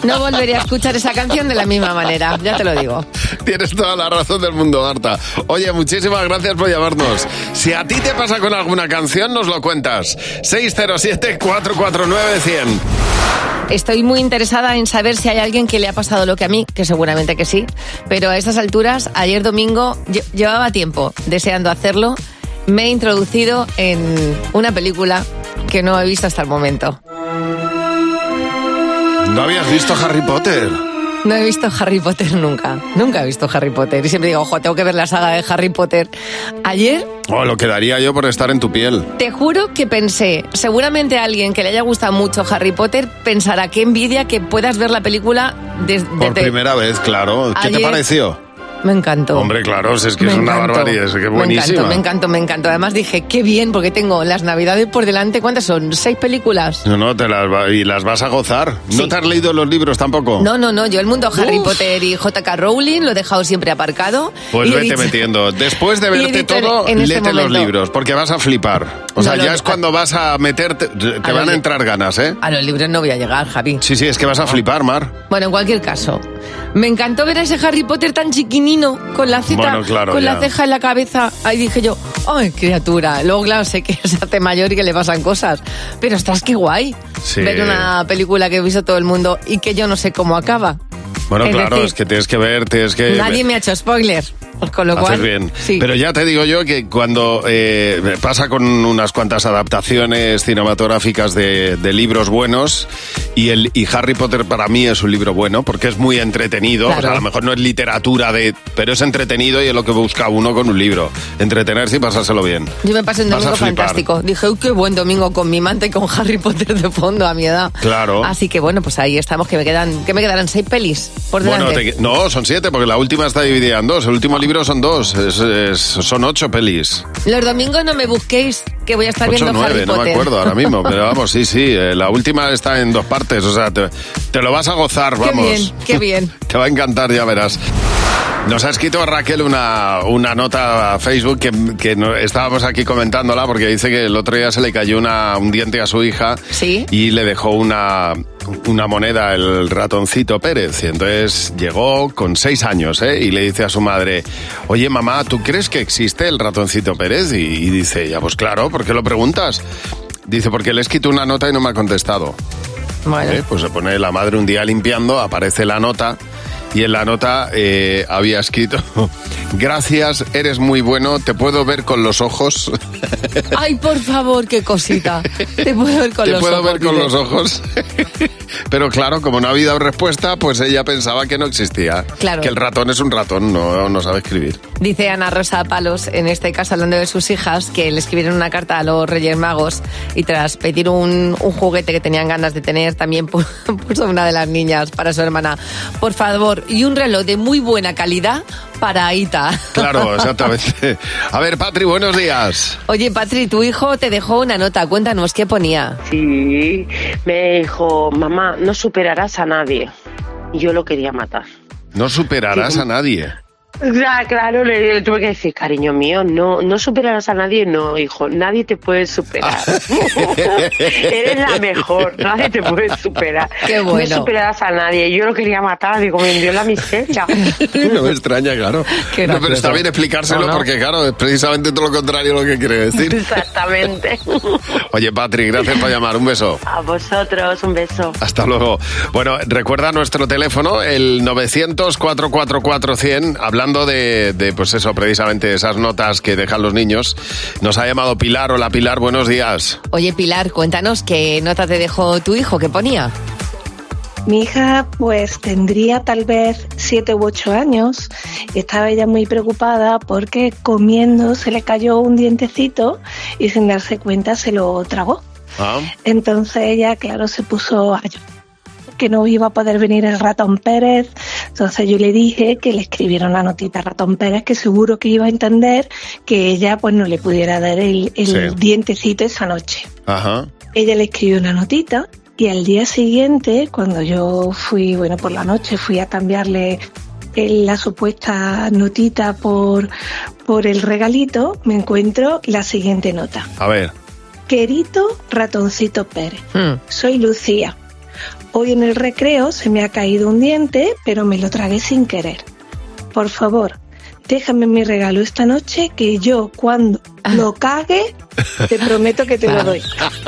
Speaker 3: No volveré a escuchar esa canción de la misma manera, ya te lo digo.
Speaker 4: Tienes toda la razón del mundo, Marta. Oye, muchísimas gracias por llamarnos. Si a ti te pasa con alguna canción, nos lo cuentas. 607-449-100.
Speaker 3: Estoy muy interesada en saber si hay alguien que le ha pasado lo que a mí, que seguramente que sí, pero a estas alturas, ayer domingo, lle- llevaba tiempo deseando hacerlo, me he introducido en una película que no he visto hasta el momento.
Speaker 4: ¿No habías visto Harry Potter?
Speaker 3: No he visto Harry Potter nunca, nunca he visto Harry Potter. Y siempre digo, ojo, tengo que ver la saga de Harry Potter. Ayer
Speaker 4: Oh, lo quedaría yo por estar en tu piel.
Speaker 3: Te juro que pensé, seguramente a alguien que le haya gustado mucho Harry Potter pensará qué envidia que puedas ver la película desde...
Speaker 4: Por primera vez, claro. ¿Qué te
Speaker 3: Ayer-
Speaker 4: pareció?
Speaker 3: Me encantó.
Speaker 4: Hombre, claro, si es que
Speaker 3: Me
Speaker 4: es una
Speaker 3: encantó.
Speaker 4: barbaridad, es que buenísima.
Speaker 3: Me encantó, me encantó, me encantó. Además dije, qué bien, porque tengo las navidades por delante. ¿Cuántas son? ¿Seis películas?
Speaker 4: No, no, te las va- y las vas a gozar. ¿No te has leído los libros tampoco?
Speaker 3: No, no, no. Yo el mundo Harry Potter y JK Rowling lo he dejado siempre aparcado.
Speaker 4: Pues
Speaker 3: Y he
Speaker 4: vete
Speaker 3: dicho-
Speaker 4: metiendo. Después de
Speaker 3: Y
Speaker 4: verte
Speaker 3: editor,
Speaker 4: todo,
Speaker 3: en este
Speaker 4: léete los
Speaker 3: momento.
Speaker 4: libros, porque vas a flipar. O sea,
Speaker 3: No, no,
Speaker 4: ya
Speaker 3: no.
Speaker 4: es cuando vas a meterte. Te
Speaker 3: A
Speaker 4: van
Speaker 3: los
Speaker 4: a
Speaker 3: li-
Speaker 4: entrar ganas, ¿eh?
Speaker 3: A los libros "Ah, no voy a llegar, Javi.
Speaker 4: Sí, sí, es que vas
Speaker 3: Ah.
Speaker 4: a flipar, Mar.
Speaker 3: Bueno, en cualquier caso, me encantó ver a ese Harry Potter tan chiquinino, con la cita,
Speaker 4: Bueno, claro,
Speaker 3: con
Speaker 4: ya.
Speaker 3: la ceja en la cabeza. Ahí dije yo, ¡ay, criatura! Luego, claro, sé que se hace mayor y que le pasan cosas. Pero estás que guay
Speaker 4: Sí.
Speaker 3: ver una película que he visto todo el mundo y que yo no sé cómo acaba.
Speaker 4: Bueno,
Speaker 3: Es
Speaker 4: claro,
Speaker 3: decir,
Speaker 4: es que tienes que ver, tienes que.
Speaker 3: Nadie me ha hecho spoiler, con lo
Speaker 4: Haces
Speaker 3: cual...
Speaker 4: bien.
Speaker 3: Sí.
Speaker 4: Pero ya te digo yo que cuando eh, pasa con unas cuantas adaptaciones cinematográficas de, de libros buenos, y, el, y Harry Potter para mí es un libro bueno, porque es muy entretenido,
Speaker 23: Claro.
Speaker 4: o sea, a lo mejor no es literatura, de, pero es entretenido y es lo que busca uno con un libro, entretenerse y pasárselo bien.
Speaker 3: Yo me pasé un
Speaker 4: Vas a
Speaker 3: domingo
Speaker 4: flipar.
Speaker 3: fantástico. Dije, uy, qué buen domingo con mi manta y con Harry Potter de fondo a mi edad.
Speaker 4: Claro.
Speaker 3: Así que bueno, pues ahí estamos, que me quedan, que me quedarán seis pelis por delante.
Speaker 4: Bueno, te- no, son siete, porque la última está dividida en dos. El último libro son dos, es- es- son ocho pelis.
Speaker 3: Los domingos no me busquéis, que voy a estar
Speaker 4: 8 o
Speaker 3: viendo
Speaker 4: 9,
Speaker 3: Harry
Speaker 4: no
Speaker 3: Potter.
Speaker 4: me acuerdo ahora mismo, pero vamos, sí, sí, eh, la última está en dos partes, o sea, te, te lo vas a gozar,
Speaker 3: qué
Speaker 4: vamos.
Speaker 3: bien, qué bien.
Speaker 4: Te va a encantar, ya verás. Nos ha escrito Raquel una, una nota a Facebook que, que no- estábamos aquí comentándola porque dice que el otro día se le cayó una, un diente a su hija y le dejó una, una moneda el ratoncito Pérez. Y entonces llegó con seis años ¿eh? y le dice a su madre, oye mamá, ¿tú crees que existe el ratoncito Pérez? Y, y dice, ya pues claro, ¿por qué lo preguntas? Dice, porque le he escrito una nota y no me ha contestado.
Speaker 3: Bueno.
Speaker 4: ¿Eh? Pues se pone la madre un día limpiando, aparece la nota Y en la nota eh, había escrito, gracias, eres muy bueno, te puedo ver con los ojos.
Speaker 3: Ay, por favor, qué cosita. Te puedo ver con
Speaker 4: te
Speaker 3: los
Speaker 4: puedo
Speaker 3: ojos.
Speaker 4: ver con
Speaker 3: dice.
Speaker 4: los ojos. Pero claro, como no ha habido respuesta, pues ella pensaba que no existía.
Speaker 3: Claro.
Speaker 4: Que el ratón es un ratón, no, no sabe escribir.
Speaker 3: Dice Ana Rosa Palos, en este caso hablando de sus hijas, que le escribieron una carta a los Reyes Magos y tras pedir un, un juguete que tenían ganas de tener, también pu- puso una de las niñas para su hermana. Por favor, y un reloj de muy buena calidad para Aita.
Speaker 4: Claro, exactamente. A ver, Patri, buenos días.
Speaker 3: Oye, Patri, tu hijo te dejó una nota. Cuéntanos qué ponía.
Speaker 1: Sí, me dijo, mamá, no superarás a nadie. Y yo lo quería matar.
Speaker 4: No superarás a nadie.
Speaker 1: Ya, claro, le, le tuve que decir, cariño mío, no, no superarás a nadie, no, hijo, nadie te puede superar.
Speaker 3: Ah.
Speaker 1: Eres la mejor, nadie te puede superar.
Speaker 3: Qué bueno.
Speaker 1: No superarás a nadie. Yo lo quería matar, digo, me dio la miseria.
Speaker 4: No me extraña, claro.
Speaker 1: Qué
Speaker 4: No, pero está
Speaker 1: gracioso.
Speaker 4: bien explicárselo
Speaker 1: No, no.
Speaker 4: porque, claro, es precisamente todo lo contrario lo que quiere decir.
Speaker 1: Exactamente.
Speaker 4: Oye, Patri, gracias por llamar. Un beso.
Speaker 1: A vosotros, un beso.
Speaker 4: Hasta luego. Bueno, recuerda nuestro teléfono, el 900-444-100. Hablando de, de, pues eso, precisamente esas notas que dejan los niños. Nos ha llamado Pilar. Hola, Pilar, buenos días.
Speaker 3: Oye, Pilar, cuéntanos qué nota te dejó tu hijo, qué ponía.
Speaker 2: Mi hija pues tendría tal vez siete u ocho años. Estaba ella muy preocupada porque comiendo se le cayó un dientecito y sin darse cuenta se lo tragó. Ah. Entonces ella, claro, se puso a llorar que no iba a poder venir el ratón Pérez. Entonces yo le dije que le escribiera una notita a ratón Pérez que seguro que iba a entender que ella pues no le pudiera dar el, el
Speaker 23: Sí.
Speaker 2: dientecito esa noche.
Speaker 4: Ajá.
Speaker 2: Ella le escribió una notita y al día siguiente, cuando yo fui, bueno, por la noche fui a cambiarle el- la supuesta notita por, por el regalito, me encuentro la siguiente nota.
Speaker 4: A ver.
Speaker 2: Querido ratoncito Pérez,
Speaker 4: Hmm.
Speaker 2: soy Lucía. Hoy en el recreo se me ha caído un diente, pero me lo tragué sin querer. Por favor, déjame mi regalo esta noche que yo cuando lo cague te prometo que te lo doy.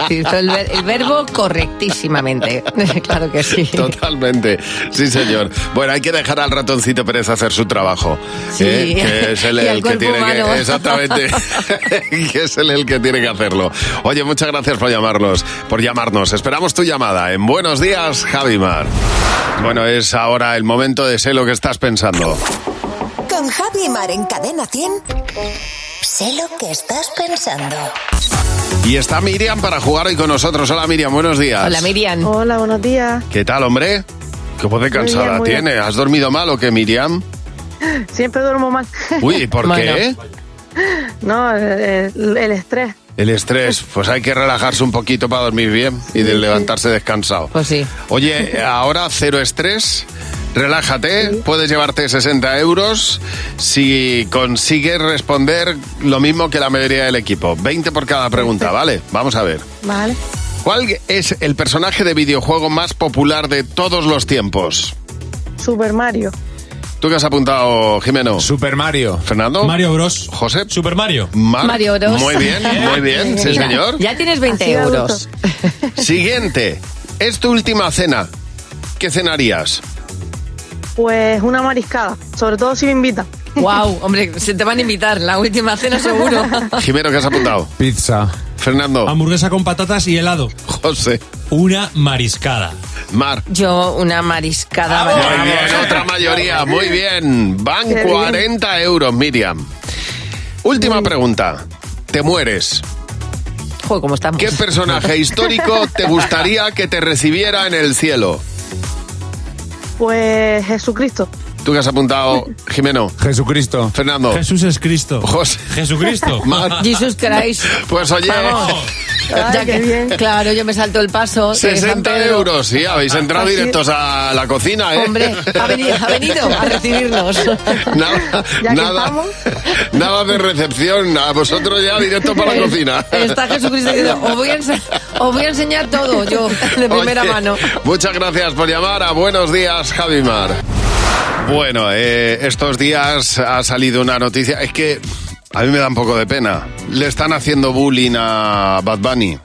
Speaker 3: Sí, hizo el, ver- el verbo correctísimamente. claro que sí.
Speaker 4: Totalmente, sí señor. Bueno, hay que dejar al ratoncito Pérez hacer su trabajo. ¿eh?
Speaker 3: Sí.
Speaker 4: Que es él
Speaker 3: Y al
Speaker 4: el que
Speaker 3: cuerpo
Speaker 4: tiene
Speaker 3: humano.
Speaker 4: que. Exactamente. que es él el que tiene que hacerlo. Oye, muchas gracias por llamarnos, por llamarnos. Esperamos tu llamada. En buenos días, Javimar. Bueno, es ahora el momento de sé lo que estás pensando.
Speaker 24: Con Javi Mar en Cadena 100. Sé lo que estás pensando.
Speaker 4: Y está Miriam para jugar hoy con nosotros. Hola Miriam, buenos días.
Speaker 3: Miriam.
Speaker 23: Hola, buenos días.
Speaker 4: ¿Qué tal, hombre? ¿Qué voz de
Speaker 23: bien,
Speaker 4: cansada
Speaker 23: muy bien.
Speaker 4: tiene? ¿Has dormido mal o qué, Miriam?
Speaker 23: Siempre duermo mal.
Speaker 4: Uy, ¿y por qué?
Speaker 23: No, eh, el, estrés.
Speaker 4: El estrés, pues hay que relajarse un poquito para dormir bien y de levantarse descansado.
Speaker 3: Pues sí.
Speaker 4: Oye, ahora cero estrés, relájate, puedes llevarte 60 euros si consigues responder lo mismo que la mayoría del equipo. 20 por cada pregunta, ¿vale? Vamos a ver.
Speaker 23: Vale.
Speaker 4: ¿Cuál es el personaje de videojuego más popular de todos los tiempos?
Speaker 23: Super Mario.
Speaker 4: ¿Tú qué has apuntado, Jimeno? Super Mario. ¿Fernando? Mario Bros. ¿José?
Speaker 7: Super Mario.
Speaker 3: Mario Bros.
Speaker 4: Muy bien, muy bien, sí
Speaker 3: Mira,
Speaker 4: señor.
Speaker 3: Ya tienes 20
Speaker 4: Así de
Speaker 3: euros.
Speaker 4: Siguiente. Es tu última cena. ¿Qué cenarías?
Speaker 23: Pues una mariscada, sobre todo si me invitan.
Speaker 3: Wow, hombre, se te van a invitar. La última cena seguro.
Speaker 4: Jimeno, ¿qué has apuntado?
Speaker 5: Pizza.
Speaker 4: Fernando.
Speaker 7: Hamburguesa con patatas y helado.
Speaker 4: José.
Speaker 7: Una mariscada.
Speaker 4: Mar.
Speaker 3: Yo una mariscada.
Speaker 4: Ah, Muy bien, otra mayoría. Muy bien. Van
Speaker 3: Qué bien.
Speaker 4: 40 euros, Miriam. Última pregunta. Te mueres.
Speaker 3: Joder, ¿cómo estamos?
Speaker 4: ¿Qué personaje histórico te gustaría que te recibiera en el cielo?
Speaker 23: Pues Jesucristo.
Speaker 4: ¿Tú qué has apuntado, Jimeno?
Speaker 5: Jesucristo.
Speaker 4: Fernando.
Speaker 7: Jesús es Cristo.
Speaker 4: José.
Speaker 7: Jesucristo.
Speaker 4: Mar.
Speaker 3: Jesus Christ.
Speaker 4: Pues oye.
Speaker 3: Vamos.
Speaker 23: Ay,
Speaker 3: Ya
Speaker 23: qué
Speaker 3: que-
Speaker 23: bien.
Speaker 3: Claro, yo me salto el paso. eh, de San
Speaker 4: 60
Speaker 3: Pedro.
Speaker 4: euros, sí, habéis entrado
Speaker 3: Así-
Speaker 4: directos a la cocina, ¿eh?
Speaker 3: Hombre, ha venido, ha venido a recibirnos.
Speaker 4: Nada,
Speaker 3: que
Speaker 4: nada, nada de recepción, a vosotros ya directo para la cocina.
Speaker 3: Eh, Está Jesucristo diciendo, os voy a, ense- os voy a enseñar todo yo, de primera
Speaker 4: Oye,
Speaker 3: mano.
Speaker 4: Muchas gracias por llamar a Buenos Días, Javimar. Bueno, eh, estos días ha salido una noticia. Es que a mí me da un poco de pena. Le están haciendo bullying a Bad Bunny.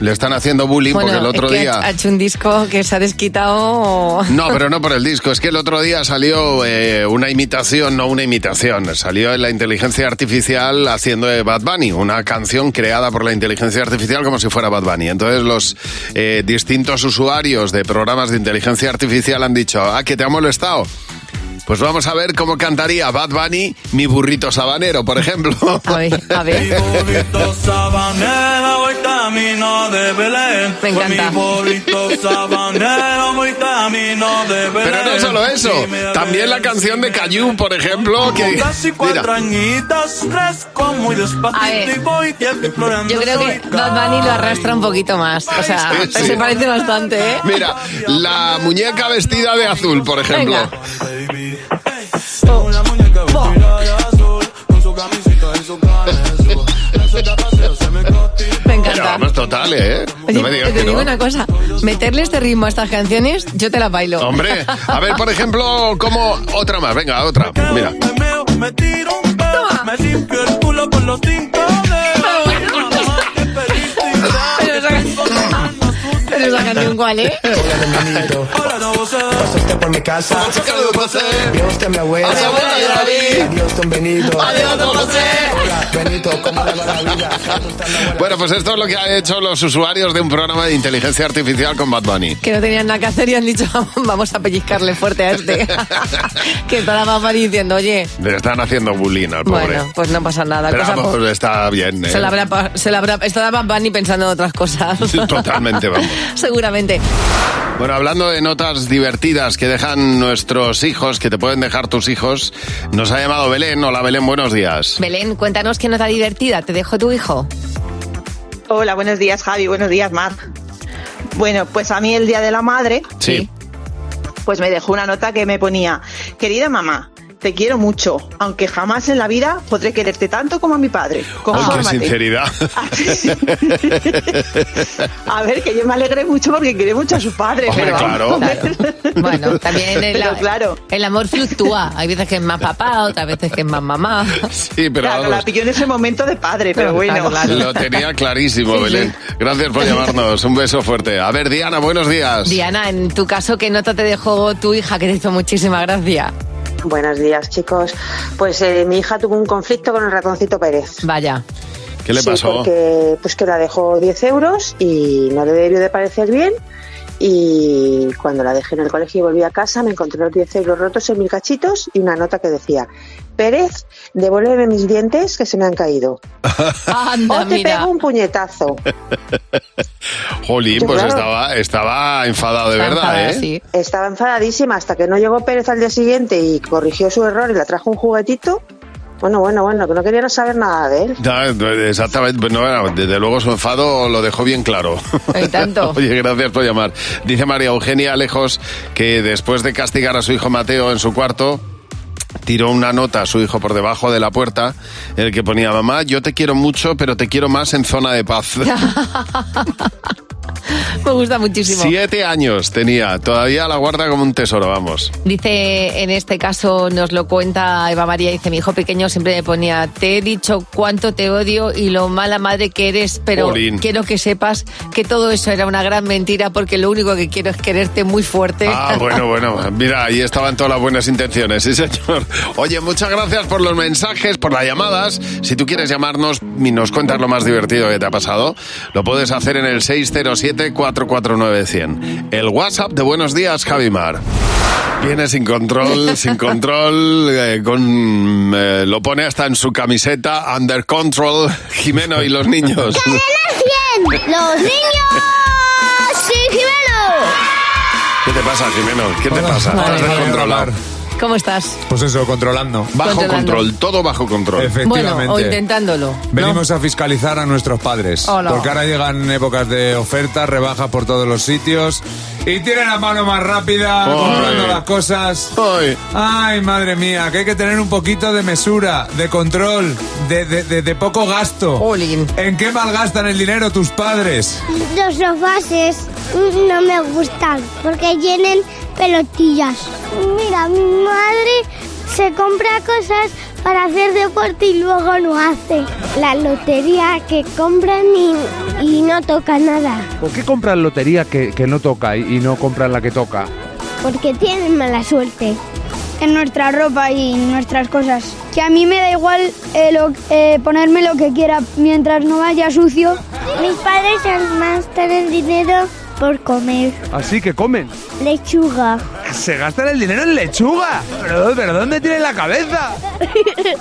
Speaker 4: Le están haciendo bullying porque el otro
Speaker 3: es que
Speaker 4: día...
Speaker 3: Ha ha hecho un disco que se ha desquitado.
Speaker 4: No, pero no por el disco. Es que el otro día salió eh, una imitación, no una imitación. Salió en la inteligencia artificial haciendo de Bad Bunny, una canción creada por la inteligencia artificial como si fuera Bad Bunny. Entonces los eh, distintos usuarios de programas de inteligencia artificial han dicho, ah, que te ha molestado. Pues vamos a ver cómo cantaría Bad Bunny mi burrito sabanero, por ejemplo. A ver,
Speaker 3: a ver.
Speaker 18: Sabanero voy camino de Belén.
Speaker 3: Me encanta.
Speaker 18: Mi pueblito sabanero voy camino
Speaker 3: Eh,
Speaker 18: de Belén.
Speaker 4: Pero no solo eso, también la canción de Cayú, por ejemplo, que...
Speaker 18: Casi cuatro añitas, tres con muy
Speaker 3: A
Speaker 18: despacito
Speaker 3: ver.
Speaker 18: y voy que
Speaker 3: Yo creo que Bad Bunny lo arrastra un poquito más. O sea,
Speaker 4: Sí, sí.
Speaker 3: se parece bastante, ¿eh?
Speaker 4: Mira, la muñeca vestida de azul, por ejemplo.
Speaker 3: Venga. oh.
Speaker 18: Una muñeca vestida de azul con su camisita y su canesú. Eso ya paseo, se me
Speaker 3: Me
Speaker 4: Pero
Speaker 3: encanta.
Speaker 4: vamos, total, ¿eh?
Speaker 3: Oye,
Speaker 4: No me digas
Speaker 3: te
Speaker 4: que
Speaker 3: digo
Speaker 4: no.
Speaker 3: una cosa, meterle este ritmo a estas canciones, yo te la bailo.
Speaker 4: Hombre, a ver, pues- por ejemplo, como otra más, venga, otra. Mira.
Speaker 18: Me tiro un pedo, me limpio el culo con los cinco
Speaker 3: Pero esa canción- pero esa canción cuál, ¿eh?
Speaker 18: dedos. Hola, no vos Pasaste por mi casa. Dios te mi abuela.
Speaker 3: A mi abuela y a David.
Speaker 18: Adiós, don Benito.
Speaker 3: Adiós, don José.
Speaker 18: Hola, Benito, ¿cómo le va la vida?
Speaker 4: Bueno, pues esto es lo que han hecho los usuarios de un programa de inteligencia artificial con Bad Bunny.
Speaker 3: Que no tenían nada que hacer y han dicho, vamos a pellizcarle fuerte a este. que para mamá diciendo, oye,
Speaker 4: Le están haciendo bullying al pobre.
Speaker 3: bueno, pues no pasa nada.
Speaker 4: Pero
Speaker 3: cosa
Speaker 4: vamos,
Speaker 3: po-
Speaker 4: está bien, ¿eh?
Speaker 3: se la habrá, pa- se la habrá, estaba Bad Bunny pensando en otras cosas.
Speaker 4: Totalmente, vamos.
Speaker 3: Seguramente.
Speaker 4: Bueno, hablando de notas divertidas que dejan nuestros hijos, que te pueden dejar tus hijos, nos ha llamado Belén. Hola, Belén, buenos días.
Speaker 3: Belén, cuéntanos qué nota divertida te dejó tu hijo.
Speaker 7: Hola, buenos días Javi, buenos días Mar. Bueno, pues a mí el Día de la Madre,
Speaker 4: Sí.
Speaker 7: pues me dejó una nota que me ponía, querida mamá, te quiero mucho, aunque jamás en la vida podré quererte tanto como a mi padre.
Speaker 4: Ay, qué
Speaker 7: Confórmate.
Speaker 4: sinceridad.
Speaker 7: A ver, que yo me alegré mucho porque quiere mucho a su padre.
Speaker 4: Hombre,
Speaker 7: pero
Speaker 4: claro.
Speaker 3: Bueno, también el,
Speaker 7: Pero claro.
Speaker 3: el amor fluctúa. Hay veces que es más papá, otras veces que es más mamá.
Speaker 4: Sí, pero
Speaker 7: claro,
Speaker 4: vamos,
Speaker 7: la pilló en ese momento de padre, pero
Speaker 3: Claro,
Speaker 7: bueno.
Speaker 4: lo tenía clarísimo,
Speaker 7: Sí, sí.
Speaker 4: Belén. Gracias por llamarnos. Un beso fuerte. A ver, Diana, buenos días.
Speaker 3: Diana, en tu caso, ¿qué nota te dejó tu hija que te hizo muchísima gracia?
Speaker 14: Buenos días, chicos. Pues eh, mi hija tuvo un conflicto con el ratoncito Pérez.
Speaker 3: Vaya.
Speaker 4: ¿Qué le
Speaker 14: Sí,
Speaker 4: pasó?
Speaker 14: porque pues que la dejó 10 euros y no le debió de parecer bien. Y cuando la dejé en el colegio y volví a casa, me encontré los 10 euros rotos en mil cachitos y una nota que decía: Pérez, devuélveme mis dientes que se me han caído.
Speaker 3: Anda,
Speaker 14: o te
Speaker 3: mira.
Speaker 14: pego un puñetazo.
Speaker 4: Jolín, pues
Speaker 14: Claro.
Speaker 4: estaba, estaba enfadado de
Speaker 3: Está
Speaker 4: verdad,
Speaker 3: enfadada,
Speaker 4: ¿eh?
Speaker 3: sí.
Speaker 14: Estaba enfadadísima hasta que no llegó Pérez al día siguiente y corrigió su error y la trajo un juguetito. Bueno, bueno, bueno, que no quería saber nada de él.
Speaker 4: No, no, exactamente, pues no, bueno, desde luego su enfado lo dejó bien claro.
Speaker 3: Y tanto.
Speaker 4: Oye, gracias por llamar. Dice María Eugenia Alejos que después de castigar a su hijo Mateo en su cuarto, tiró una nota a su hijo por debajo de la puerta en el que ponía, mamá, yo te quiero mucho, pero te quiero más en zona de paz.
Speaker 3: Me gusta muchísimo.
Speaker 4: Siete años tenía, todavía la guarda como un tesoro, vamos.
Speaker 3: Dice, en este caso nos lo cuenta Eva María, dice, mi hijo pequeño siempre me ponía, te he dicho cuánto te odio y lo mala madre que eres, pero
Speaker 4: Jolín.
Speaker 3: quiero que sepas que todo eso era una gran mentira porque lo único que quiero es quererte muy fuerte.
Speaker 4: Ah, bueno, bueno. Mira, ahí estaban todas las buenas intenciones, sí, señor. Oye, muchas gracias por los mensajes, por las llamadas. Si tú quieres llamarnos y nos cuentas lo más divertido que te ha pasado, lo puedes hacer en el 607-449-100. El WhatsApp de Buenos Días, Javimar. Viene sin control, sin control, eh, con, eh, lo pone hasta en su camiseta, under control, Jimeno y los niños.
Speaker 25: ¡Los niños! ¡Sí,
Speaker 4: ¿Qué te pasa, Jimeno? ¿Qué te pasa?
Speaker 3: Madre
Speaker 4: Estás
Speaker 3: mía.
Speaker 4: descontrolado.
Speaker 3: ¿Cómo estás?
Speaker 9: Pues eso, controlando.
Speaker 4: Bajo
Speaker 3: Controlando.
Speaker 4: control, todo bajo control.
Speaker 3: Bueno, o
Speaker 9: Efectivamente.
Speaker 3: intentándolo.
Speaker 9: Venimos a fiscalizar a nuestros padres.
Speaker 3: Hola.
Speaker 9: Porque ahora llegan épocas de ofertas, rebajas por todos los sitios. Y tienen la mano más rápida,
Speaker 4: Ay.
Speaker 9: comprando las cosas. Ay, madre mía, que hay que tener un poquito de mesura, de control, de, de- de- de poco gasto. ¿En qué malgastan el dinero tus padres?
Speaker 8: Los sofás no me gustan porque tienen pelotillas. Mira, mi madre se compra cosas para hacer deporte y luego no hace. La lotería que compran y, y no toca nada,
Speaker 9: ¿Por qué compran lotería que, que no toca y, y no compran la que toca?
Speaker 8: porque tienen mala suerte. En nuestra ropa y nuestras cosas. Que a mí me da igual eh, ponerme lo que quiera mientras no vaya sucio. Mis padres gastan el dinero por comer
Speaker 9: Así que comen.
Speaker 8: lechuga.
Speaker 9: Se gastan el dinero en lechuga. Pero, pero ¿dónde tienen la cabeza?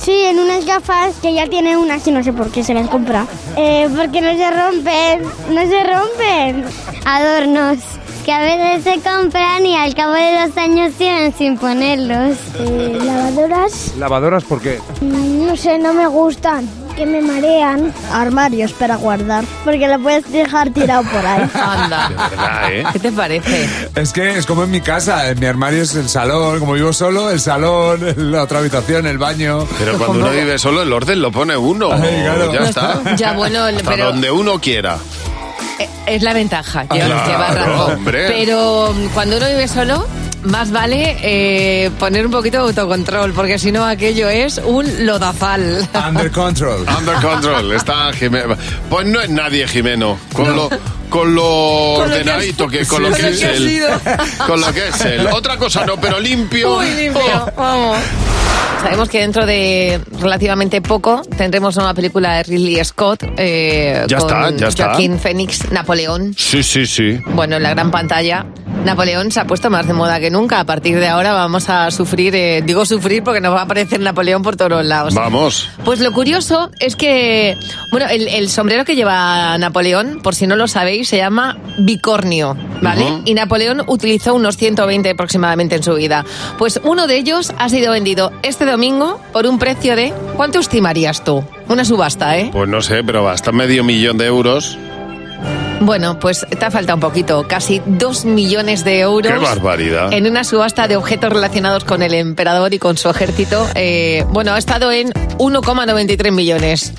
Speaker 8: Sí, en unas gafas que ya tiene unas y no sé por qué se las compra. Eh, porque no se rompen, no se rompen. Adornos, que a veces se compran y al cabo de dos años tienen sin ponerlos. Eh, lavadoras, mm,
Speaker 9: Lavadoras, ¿por qué?
Speaker 8: no sé, no me gustan. Que me marean. Armarios para guardar. Porque lo puedes dejar tirado por ahí.
Speaker 4: Ah, ¿eh?
Speaker 3: ¿Qué te parece?
Speaker 6: Es que es como en mi casa, en mi armario es el salón, como vivo solo, el salón, la otra habitación, el baño.
Speaker 4: Pero cuando uno vive solo, el orden lo pone uno. Ya está.
Speaker 3: Ya, bueno, el-
Speaker 4: Hasta
Speaker 3: pero
Speaker 4: donde uno quiera.
Speaker 3: eh, es la ventaja. lleva-
Speaker 4: Claro,
Speaker 3: lleva razón.
Speaker 4: hombre.
Speaker 3: Pero mm, cuando uno vive solo, más vale eh, poner un poquito de autocontrol, porque si no aquello es un lodazal.
Speaker 6: Under control.
Speaker 4: Under control. Está Jimeno. Pues no es nadie Jimeno. Con lo,
Speaker 6: Con
Speaker 4: con lo
Speaker 6: lo que
Speaker 4: ordenadito
Speaker 6: has-
Speaker 4: que, con
Speaker 6: sí,
Speaker 4: lo
Speaker 6: con
Speaker 4: que
Speaker 6: lo
Speaker 4: es
Speaker 6: que has
Speaker 4: él.
Speaker 6: sido.
Speaker 4: Con lo que es él. Otra cosa no, pero limpio. Oh.
Speaker 3: Muy limpio, vamos. Sabemos que dentro de relativamente poco tendremos una película de Ridley Scott eh,
Speaker 4: Ya
Speaker 3: con
Speaker 4: está, ya está.
Speaker 3: Joaquín Phoenix, Napoleón.
Speaker 4: Sí, sí, sí.
Speaker 3: Bueno, en la gran pantalla, Napoleón se ha puesto más de moda que nunca. A partir de ahora vamos a sufrir, eh, digo sufrir porque nos va a aparecer Napoleón por todos lados.
Speaker 4: Vamos.
Speaker 3: Pues lo curioso es que, bueno, el, el sombrero que lleva Napoleón, por si no lo sabéis, se llama bicornio, ¿vale? Y Napoleón utilizó unos 120 aproximadamente en su vida. Pues uno de ellos ha sido vendido este domingo por un precio de, ¿cuánto estimarías tú? Una subasta, ¿eh?
Speaker 4: Pues no sé, pero basta medio millón de euros.
Speaker 3: Bueno, pues te ha faltado un poquito, casi dos millones de euros.
Speaker 4: Qué barbaridad.
Speaker 3: En una subasta de objetos relacionados con el emperador y con su ejército, eh, bueno, ha estado en 1,93 millones.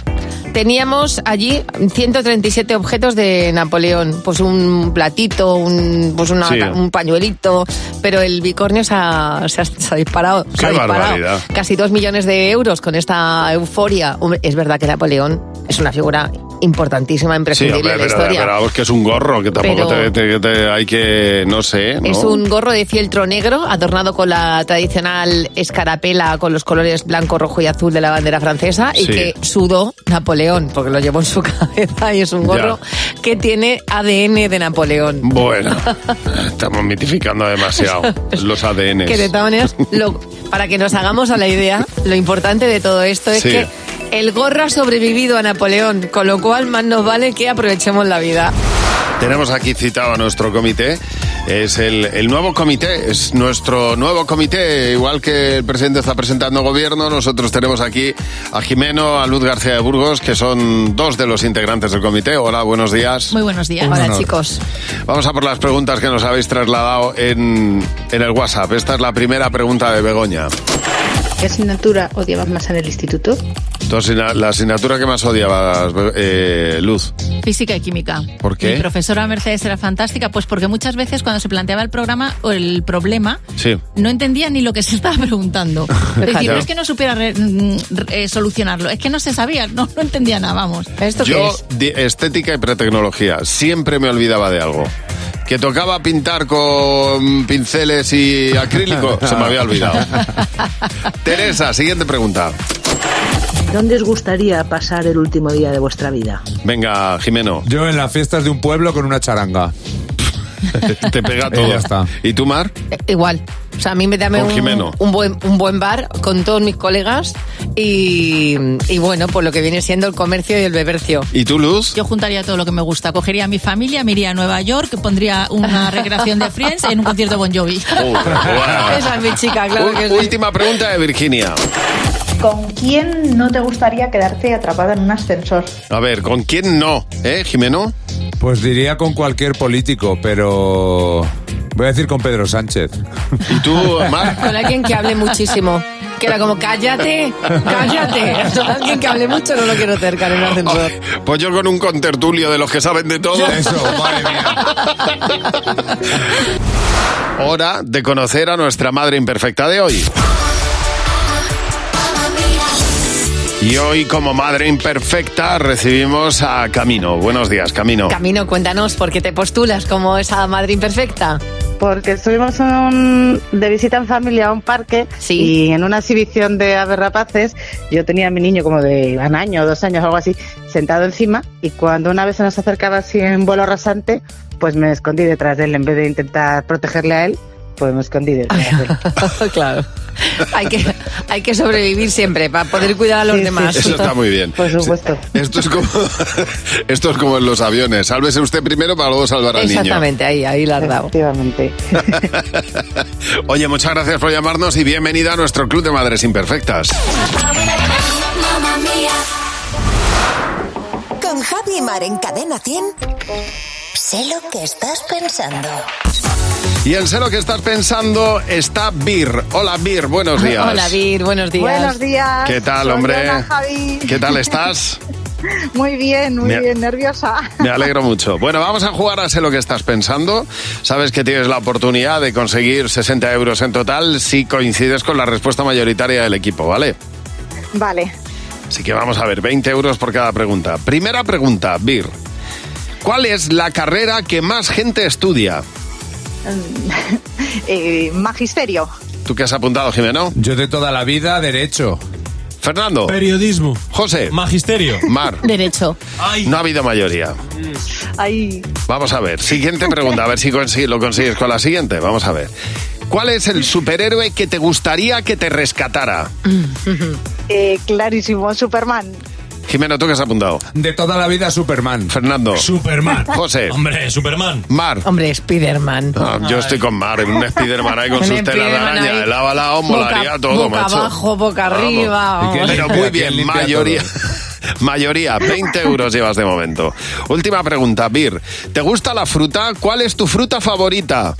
Speaker 3: Teníamos allí 137 objetos de Napoleón, pues un platito, un, pues una-
Speaker 4: Sí.
Speaker 3: un pañuelito, pero el bicornio se ha, se ha- se ha disparado. se
Speaker 4: Qué
Speaker 3: ha disparado.
Speaker 4: barbaridad.
Speaker 3: Casi dos millones de euros con esta euforia. Hombre, Es verdad que Napoleón es una figura importantísima,
Speaker 4: Sí,
Speaker 3: imprescindible
Speaker 4: hombre,
Speaker 3: en la
Speaker 4: pero,
Speaker 3: historia.
Speaker 4: pero vamos, que es un gorro, que tampoco
Speaker 3: Pero-
Speaker 4: te, te- te- hay que, no sé, ¿no?
Speaker 3: Es un gorro de fieltro negro adornado con la tradicional escarapela con los colores blanco, rojo y azul de la bandera francesa y
Speaker 4: Sí.
Speaker 3: que sudó Napoleón porque lo llevó en su cabeza y es un gorro que tiene ADN de Napoleón.
Speaker 4: Bueno, estamos mitificando demasiado los ADNs.
Speaker 3: Que de todas maneras, lo- para que nos hagamos a la idea, lo importante de todo esto es
Speaker 4: Sí.
Speaker 3: que el gorro ha sobrevivido a Napoleón, con lo cual más nos vale que aprovechemos la vida.
Speaker 4: Tenemos aquí citado a nuestro comité. Es el, el nuevo comité, es nuestro nuevo comité. Igual que el presidente está presentando gobierno, nosotros tenemos aquí a Jimeno, a Luz García de Burgos, que son dos de los integrantes del comité. Hola, buenos días.
Speaker 3: Muy buenos días.
Speaker 4: Un
Speaker 3: Hola
Speaker 4: honor.
Speaker 3: chicos.
Speaker 4: Vamos a por las preguntas que nos habéis trasladado en, en el WhatsApp. Esta es la primera pregunta de Begoña.
Speaker 10: ¿Qué asignatura odiabas más en el instituto?
Speaker 4: Tu asina- la asignatura que más odiabas, Be- eh, Luz.
Speaker 11: Física y química.
Speaker 4: ¿Por
Speaker 11: Mi
Speaker 4: qué?
Speaker 11: profesora Mercedes era fantástica, pues porque muchas veces cuando se planteaba el programa o el problema,
Speaker 4: Sí.
Speaker 11: no entendía ni lo que se estaba preguntando. Es decir,
Speaker 4: Ya.
Speaker 11: no es que no supiera re- mm, re- eh, solucionarlo, es que no se sabía, no, no entendía nada, vamos. ¿Esto
Speaker 4: Yo, de estética y pretecnología, siempre me olvidaba de algo. Que tocaba pintar con pinceles y acrílico, se me había olvidado. Teresa, siguiente pregunta.
Speaker 12: ¿Dónde os gustaría pasar el último día de vuestra vida?
Speaker 4: Venga, Jimeno.
Speaker 6: Yo en las fiestas de un pueblo con una charanga.
Speaker 4: Te pega todo.
Speaker 6: Y ya está.
Speaker 4: ¿Y tú, Mar?
Speaker 3: Eh, Igual. O sea, a mí me dame
Speaker 4: Con
Speaker 3: un,
Speaker 4: Jimeno.
Speaker 3: un buen, un buen bar con todos mis colegas y, y bueno, por lo que viene siendo el comercio y el bebercio.
Speaker 4: ¿Y tú, Luz?
Speaker 11: Yo juntaría todo lo que me gusta. Cogería a mi familia, me iría a Nueva York, pondría una recreación de Friends en un concierto de Bon Jovi.
Speaker 4: Oh. Esa
Speaker 11: es mi chica, claro que sí.
Speaker 4: Última pregunta de Virginia.
Speaker 10: ¿Con quién no te gustaría quedarte atrapada en un ascensor?
Speaker 4: A ver, ¿con quién no? ¿Eh, Jimeno?
Speaker 6: Pues diría con cualquier político, pero voy a decir con Pedro Sánchez.
Speaker 4: ¿Y tú, Mar?
Speaker 3: Con alguien que hable muchísimo. Que era como, cállate, cállate. O sea, alguien que hable mucho no lo quiero cerca en el ascensor.
Speaker 4: Pues yo con un contertulio de los que saben de todo. Eso, madre mía. Hora de conocer a nuestra madre imperfecta de hoy. Y hoy, como madre imperfecta, recibimos a Camino. Buenos días, Camino.
Speaker 3: Camino, cuéntanos, ¿por qué te postulas como esa madre imperfecta?
Speaker 14: Porque estuvimos un- de visita en familia a un parque y en una exhibición de aves rapaces yo tenía a mi niño como de un año, dos años, algo así, sentado encima y cuando una vez se nos acercaba así en vuelo rasante, pues me escondí detrás de él en vez de intentar protegerle a él. Pues me escondí detrás de él.
Speaker 3: claro. Hay que, hay que sobrevivir siempre para poder cuidar a los demás.
Speaker 4: Eso está muy bien. Por
Speaker 14: supuesto.
Speaker 4: Esto es como, esto es como en los aviones. Sálvese usted primero para luego salvar al niño.
Speaker 3: Exactamente, ahí, ahí la has dado.
Speaker 14: Efectivamente.
Speaker 4: Oye, muchas gracias por llamarnos y bienvenida a nuestro Club de Madres Imperfectas.
Speaker 24: Mamma mía. Con Javi Mar en Cadena 100. Sé lo que estás pensando.
Speaker 4: Y en sé lo que estás pensando está Bir. Hola, Bir, buenos días.
Speaker 3: Hola, Vir, buenos días.
Speaker 14: Buenos días.
Speaker 4: ¿Qué tal,
Speaker 14: Soy
Speaker 4: hombre?
Speaker 14: Ana Javi.
Speaker 4: ¿Qué tal estás?
Speaker 14: Muy bien,
Speaker 4: muy Me- bien,
Speaker 14: nerviosa.
Speaker 4: Me alegro mucho. Bueno, vamos a jugar a sé lo que estás pensando. Sabes que tienes la oportunidad de conseguir 60 euros en total si coincides con la respuesta mayoritaria del equipo, ¿vale?
Speaker 14: Vale.
Speaker 4: Así que vamos a ver, 20 euros por cada pregunta. Primera pregunta, Bir. ¿Cuál es la carrera que más gente estudia?
Speaker 14: Eh, magisterio.
Speaker 4: ¿Tú qué has apuntado, Jimeno?
Speaker 6: Yo de toda la vida, derecho.
Speaker 4: Fernando.
Speaker 7: Periodismo.
Speaker 4: José.
Speaker 7: Magisterio.
Speaker 4: Mar.
Speaker 11: Derecho.
Speaker 4: No ha habido mayoría.
Speaker 14: Ahí.
Speaker 4: Vamos a ver, siguiente pregunta, a ver si consi- lo consigues con la siguiente. Vamos a ver. ¿Cuál es el superhéroe que te gustaría que te rescatara?
Speaker 3: Mm.
Speaker 14: Eh, clarísimo, Superman.
Speaker 4: Jimeno, ¿tú qué has apuntado?
Speaker 6: De toda la vida, Superman.
Speaker 4: Fernando.
Speaker 7: Superman.
Speaker 4: José.
Speaker 7: Hombre, Superman.
Speaker 4: Mar.
Speaker 3: Hombre, Spiderman.
Speaker 4: Ah, yo estoy con Mar, un Spiderman ahí con
Speaker 3: Un
Speaker 4: sus telas de
Speaker 3: Spiderman
Speaker 4: araña,
Speaker 3: ahí.
Speaker 4: de lado a lado,
Speaker 3: Boca-
Speaker 4: molaría todo,
Speaker 3: boca
Speaker 4: macho.
Speaker 3: abajo, boca
Speaker 4: Vamos.
Speaker 3: arriba, ¿Y quién vamos.
Speaker 4: Pero
Speaker 3: limpia?
Speaker 4: muy
Speaker 3: ¿Quién
Speaker 4: bien,
Speaker 3: limpia
Speaker 4: mayoría. Mayoría, 20 euros llevas de momento. Última pregunta, Bir. ¿Te gusta la fruta? ¿Cuál es tu fruta favorita?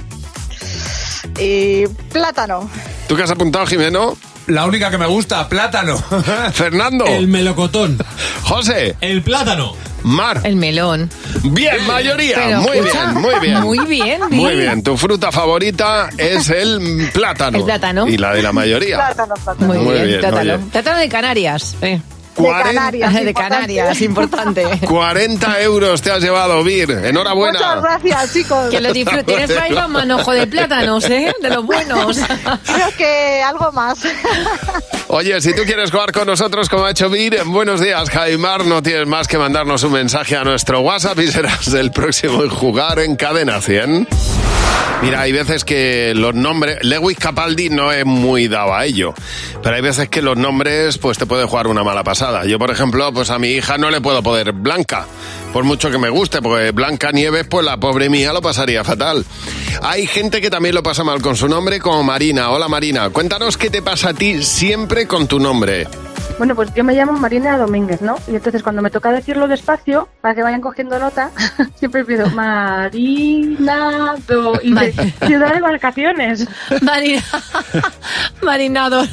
Speaker 14: Eh, plátano.
Speaker 4: ¿Tú qué has apuntado, Jimeno?
Speaker 6: La única que me gusta, plátano.
Speaker 4: Fernando.
Speaker 7: El melocotón.
Speaker 4: José.
Speaker 7: El plátano.
Speaker 4: Mar.
Speaker 3: El melón.
Speaker 4: Bien, mayoría.
Speaker 3: Pero,
Speaker 4: muy
Speaker 3: escucha,
Speaker 4: bien, muy bien.
Speaker 3: Muy bien,
Speaker 4: Muy bien, tu fruta favorita es el plátano.
Speaker 3: El plátano.
Speaker 4: Y la de la mayoría.
Speaker 3: Muy,
Speaker 4: Muy
Speaker 3: bien,
Speaker 4: bien,
Speaker 3: plátano.
Speaker 4: oye.
Speaker 3: Plátano de Canarias. eh.
Speaker 4: Cuaren-
Speaker 3: De Canarias, importante.
Speaker 4: 40 euros te has llevado, Vir. Enhorabuena.
Speaker 14: gracias, chicos.
Speaker 3: Que lo disfrutes. Tienes por ahí los manojos de plátanos, ¿eh? De los buenos.
Speaker 14: Creo que algo más.
Speaker 4: Oye, si tú quieres jugar con nosotros como ha hecho Vir, en buenos días, Jaimar, no tienes más que mandarnos un mensaje a nuestro WhatsApp y serás el próximo en jugar en Cadena 100. Mira, hay veces que los nombres... Lewis Capaldi no es muy dado a ello, pero hay veces que los nombres pues te puede jugar una mala pasada. Yo, por ejemplo, pues a mi hija no le puedo poner Blanca, por mucho que me guste, porque Blanca Nieves, pues la pobre mía lo pasaría fatal. Hay gente que también lo pasa mal con su nombre, como Marina. Hola Marina, cuéntanos qué te pasa a ti siempre con tu nombre.
Speaker 15: Bueno, pues yo me llamo Marina Domínguez, ¿no? Y entonces cuando me toca decirlo despacio, para que vayan cogiendo nota, siempre pido Marina Do... Y de- ciudad de vacaciones.
Speaker 3: Marina, Marinado.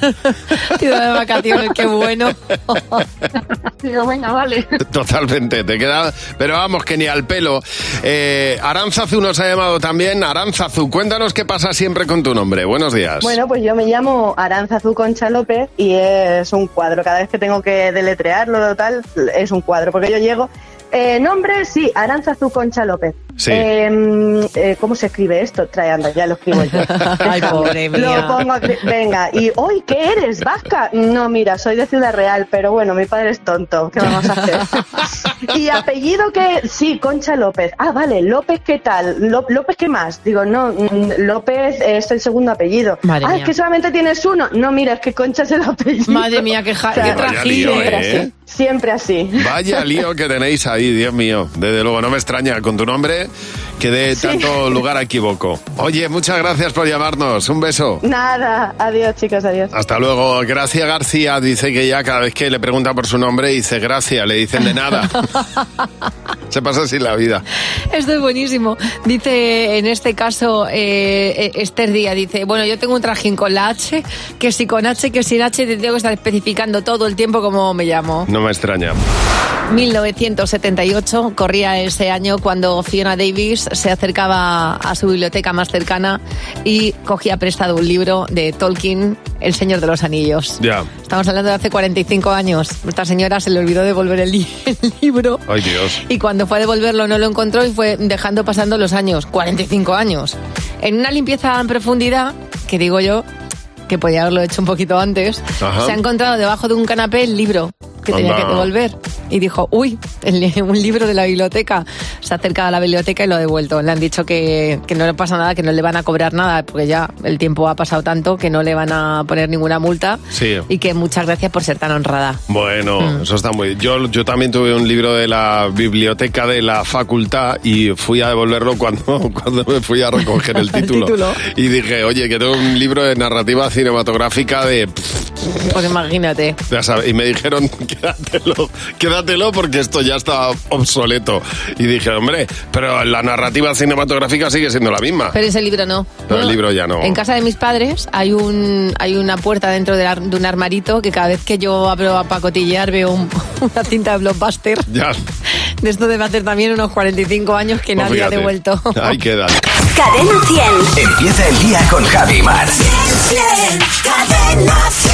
Speaker 3: Ciudad de vacaciones, qué bueno.
Speaker 15: Digo, venga, vale.
Speaker 4: Totalmente, te queda, pero vamos, que ni al pelo. Eh, Aranzazu nos ha llamado también. Aranzazu, cuéntanos qué pasa siempre con tu nombre. Buenos días.
Speaker 14: Bueno, pues yo me llamo Aranzazu Concha López y es un cuadro. Cada vez que tengo que deletrearlo o tal, es un cuadro. Porque yo llego. eh, nombre, sí, Aranzazu Concha López.
Speaker 4: Sí.
Speaker 14: Eh, mm, eh, ¿Cómo se escribe esto? Trae, anda, ya lo escribo yo.
Speaker 3: Ay, pobre mía.
Speaker 14: Lo pongo aquí. Venga, y hoy, ¿qué eres? ¿Vasca? No, mira, soy de Ciudad Real, pero bueno, mi padre es tonto. ¿Qué vamos a hacer? y apellido que. Sí, Concha López. Ah, vale, López, ¿qué tal? Ló- López, ¿qué más? Digo, no, mm, López es el segundo apellido.
Speaker 3: Madre
Speaker 14: ah,
Speaker 3: mía.
Speaker 14: es que solamente tienes uno. No, mira, es que Concha es el apellido.
Speaker 3: Madre mía, qué, ja-
Speaker 14: O sea,
Speaker 3: qué
Speaker 4: Vaya
Speaker 3: trajín.
Speaker 4: lío,
Speaker 14: Siempre
Speaker 4: ¿eh?
Speaker 14: así. Siempre así.
Speaker 4: Vaya lío que tenéis ahí, Dios mío. Desde luego, no me extraña con tu nombre que dé tanto lugar a equivoco. Oye, muchas gracias por llamarnos. Un beso.
Speaker 14: Nada, adiós chicos, adiós.
Speaker 4: Hasta luego. Gracia García dice que ya cada vez que le pregunta por su nombre dice gracia, le dicen de nada. Se pasa así la vida.
Speaker 3: Esto es buenísimo. Dice, en este caso, eh, eh, Esther Díaz, dice, bueno, yo tengo un trajín con la H, que si con H, que sin H, te tengo que estar especificando todo el tiempo cómo me llamo.
Speaker 4: No me extraña.
Speaker 3: 1978 corría ese año cuando Fiona Davis se acercaba a su biblioteca más cercana y cogía prestado un libro de Tolkien, El Señor de los Anillos.
Speaker 4: Ya.
Speaker 3: Estamos hablando de hace 45 años. Esta señora se le olvidó devolver el, li- el libro
Speaker 4: Ay, Dios.
Speaker 3: y cuando fue a devolverlo no lo encontró y fue dejando pasando los años, 45 años. En una limpieza en profundidad, que digo yo que podía haberlo hecho un poquito antes,
Speaker 4: Ajá.
Speaker 3: se ha encontrado debajo de un canapé el libro que tenía
Speaker 4: Anda.
Speaker 3: que devolver. Y dijo, uy, el li- un libro de la biblioteca. Se ha acercado a la biblioteca y lo ha devuelto. Le han dicho que, que no le pasa nada, que no le van a cobrar nada, porque ya el tiempo ha pasado tanto que no le van a poner ninguna multa.
Speaker 4: Sí.
Speaker 3: Y que muchas gracias por ser tan honrada.
Speaker 4: Bueno,
Speaker 3: Hmm.
Speaker 4: eso está muy. Yo, yo también tuve un libro de la biblioteca de la facultad y fui a devolverlo cuando, cuando me fui a recoger el título.
Speaker 3: título.
Speaker 4: Y dije, oye, que tengo un libro de narrativa cinematográfica de. pff,
Speaker 3: Pues imagínate.
Speaker 4: ya sabes. Y me dijeron, quédatelo, quédatelo porque esto ya está obsoleto. Y dije, hombre, pero la narrativa cinematográfica sigue siendo la misma.
Speaker 3: Pero ese libro no.
Speaker 4: Ah. Pero el libro ya no.
Speaker 3: En casa de mis padres hay un hay una puerta dentro del ar- de, un armarito que cada vez que yo abro a pacotillar veo un- una cinta de blockbuster.
Speaker 4: Ya.
Speaker 3: De esto debe hacer también unos 45 años que
Speaker 4: Pues
Speaker 3: nadie
Speaker 4: fíjate.
Speaker 3: ha devuelto.
Speaker 4: Ahí queda.
Speaker 24: Cadena 100.
Speaker 13: Empieza el día con Javi Mar.
Speaker 24: Cadena 100.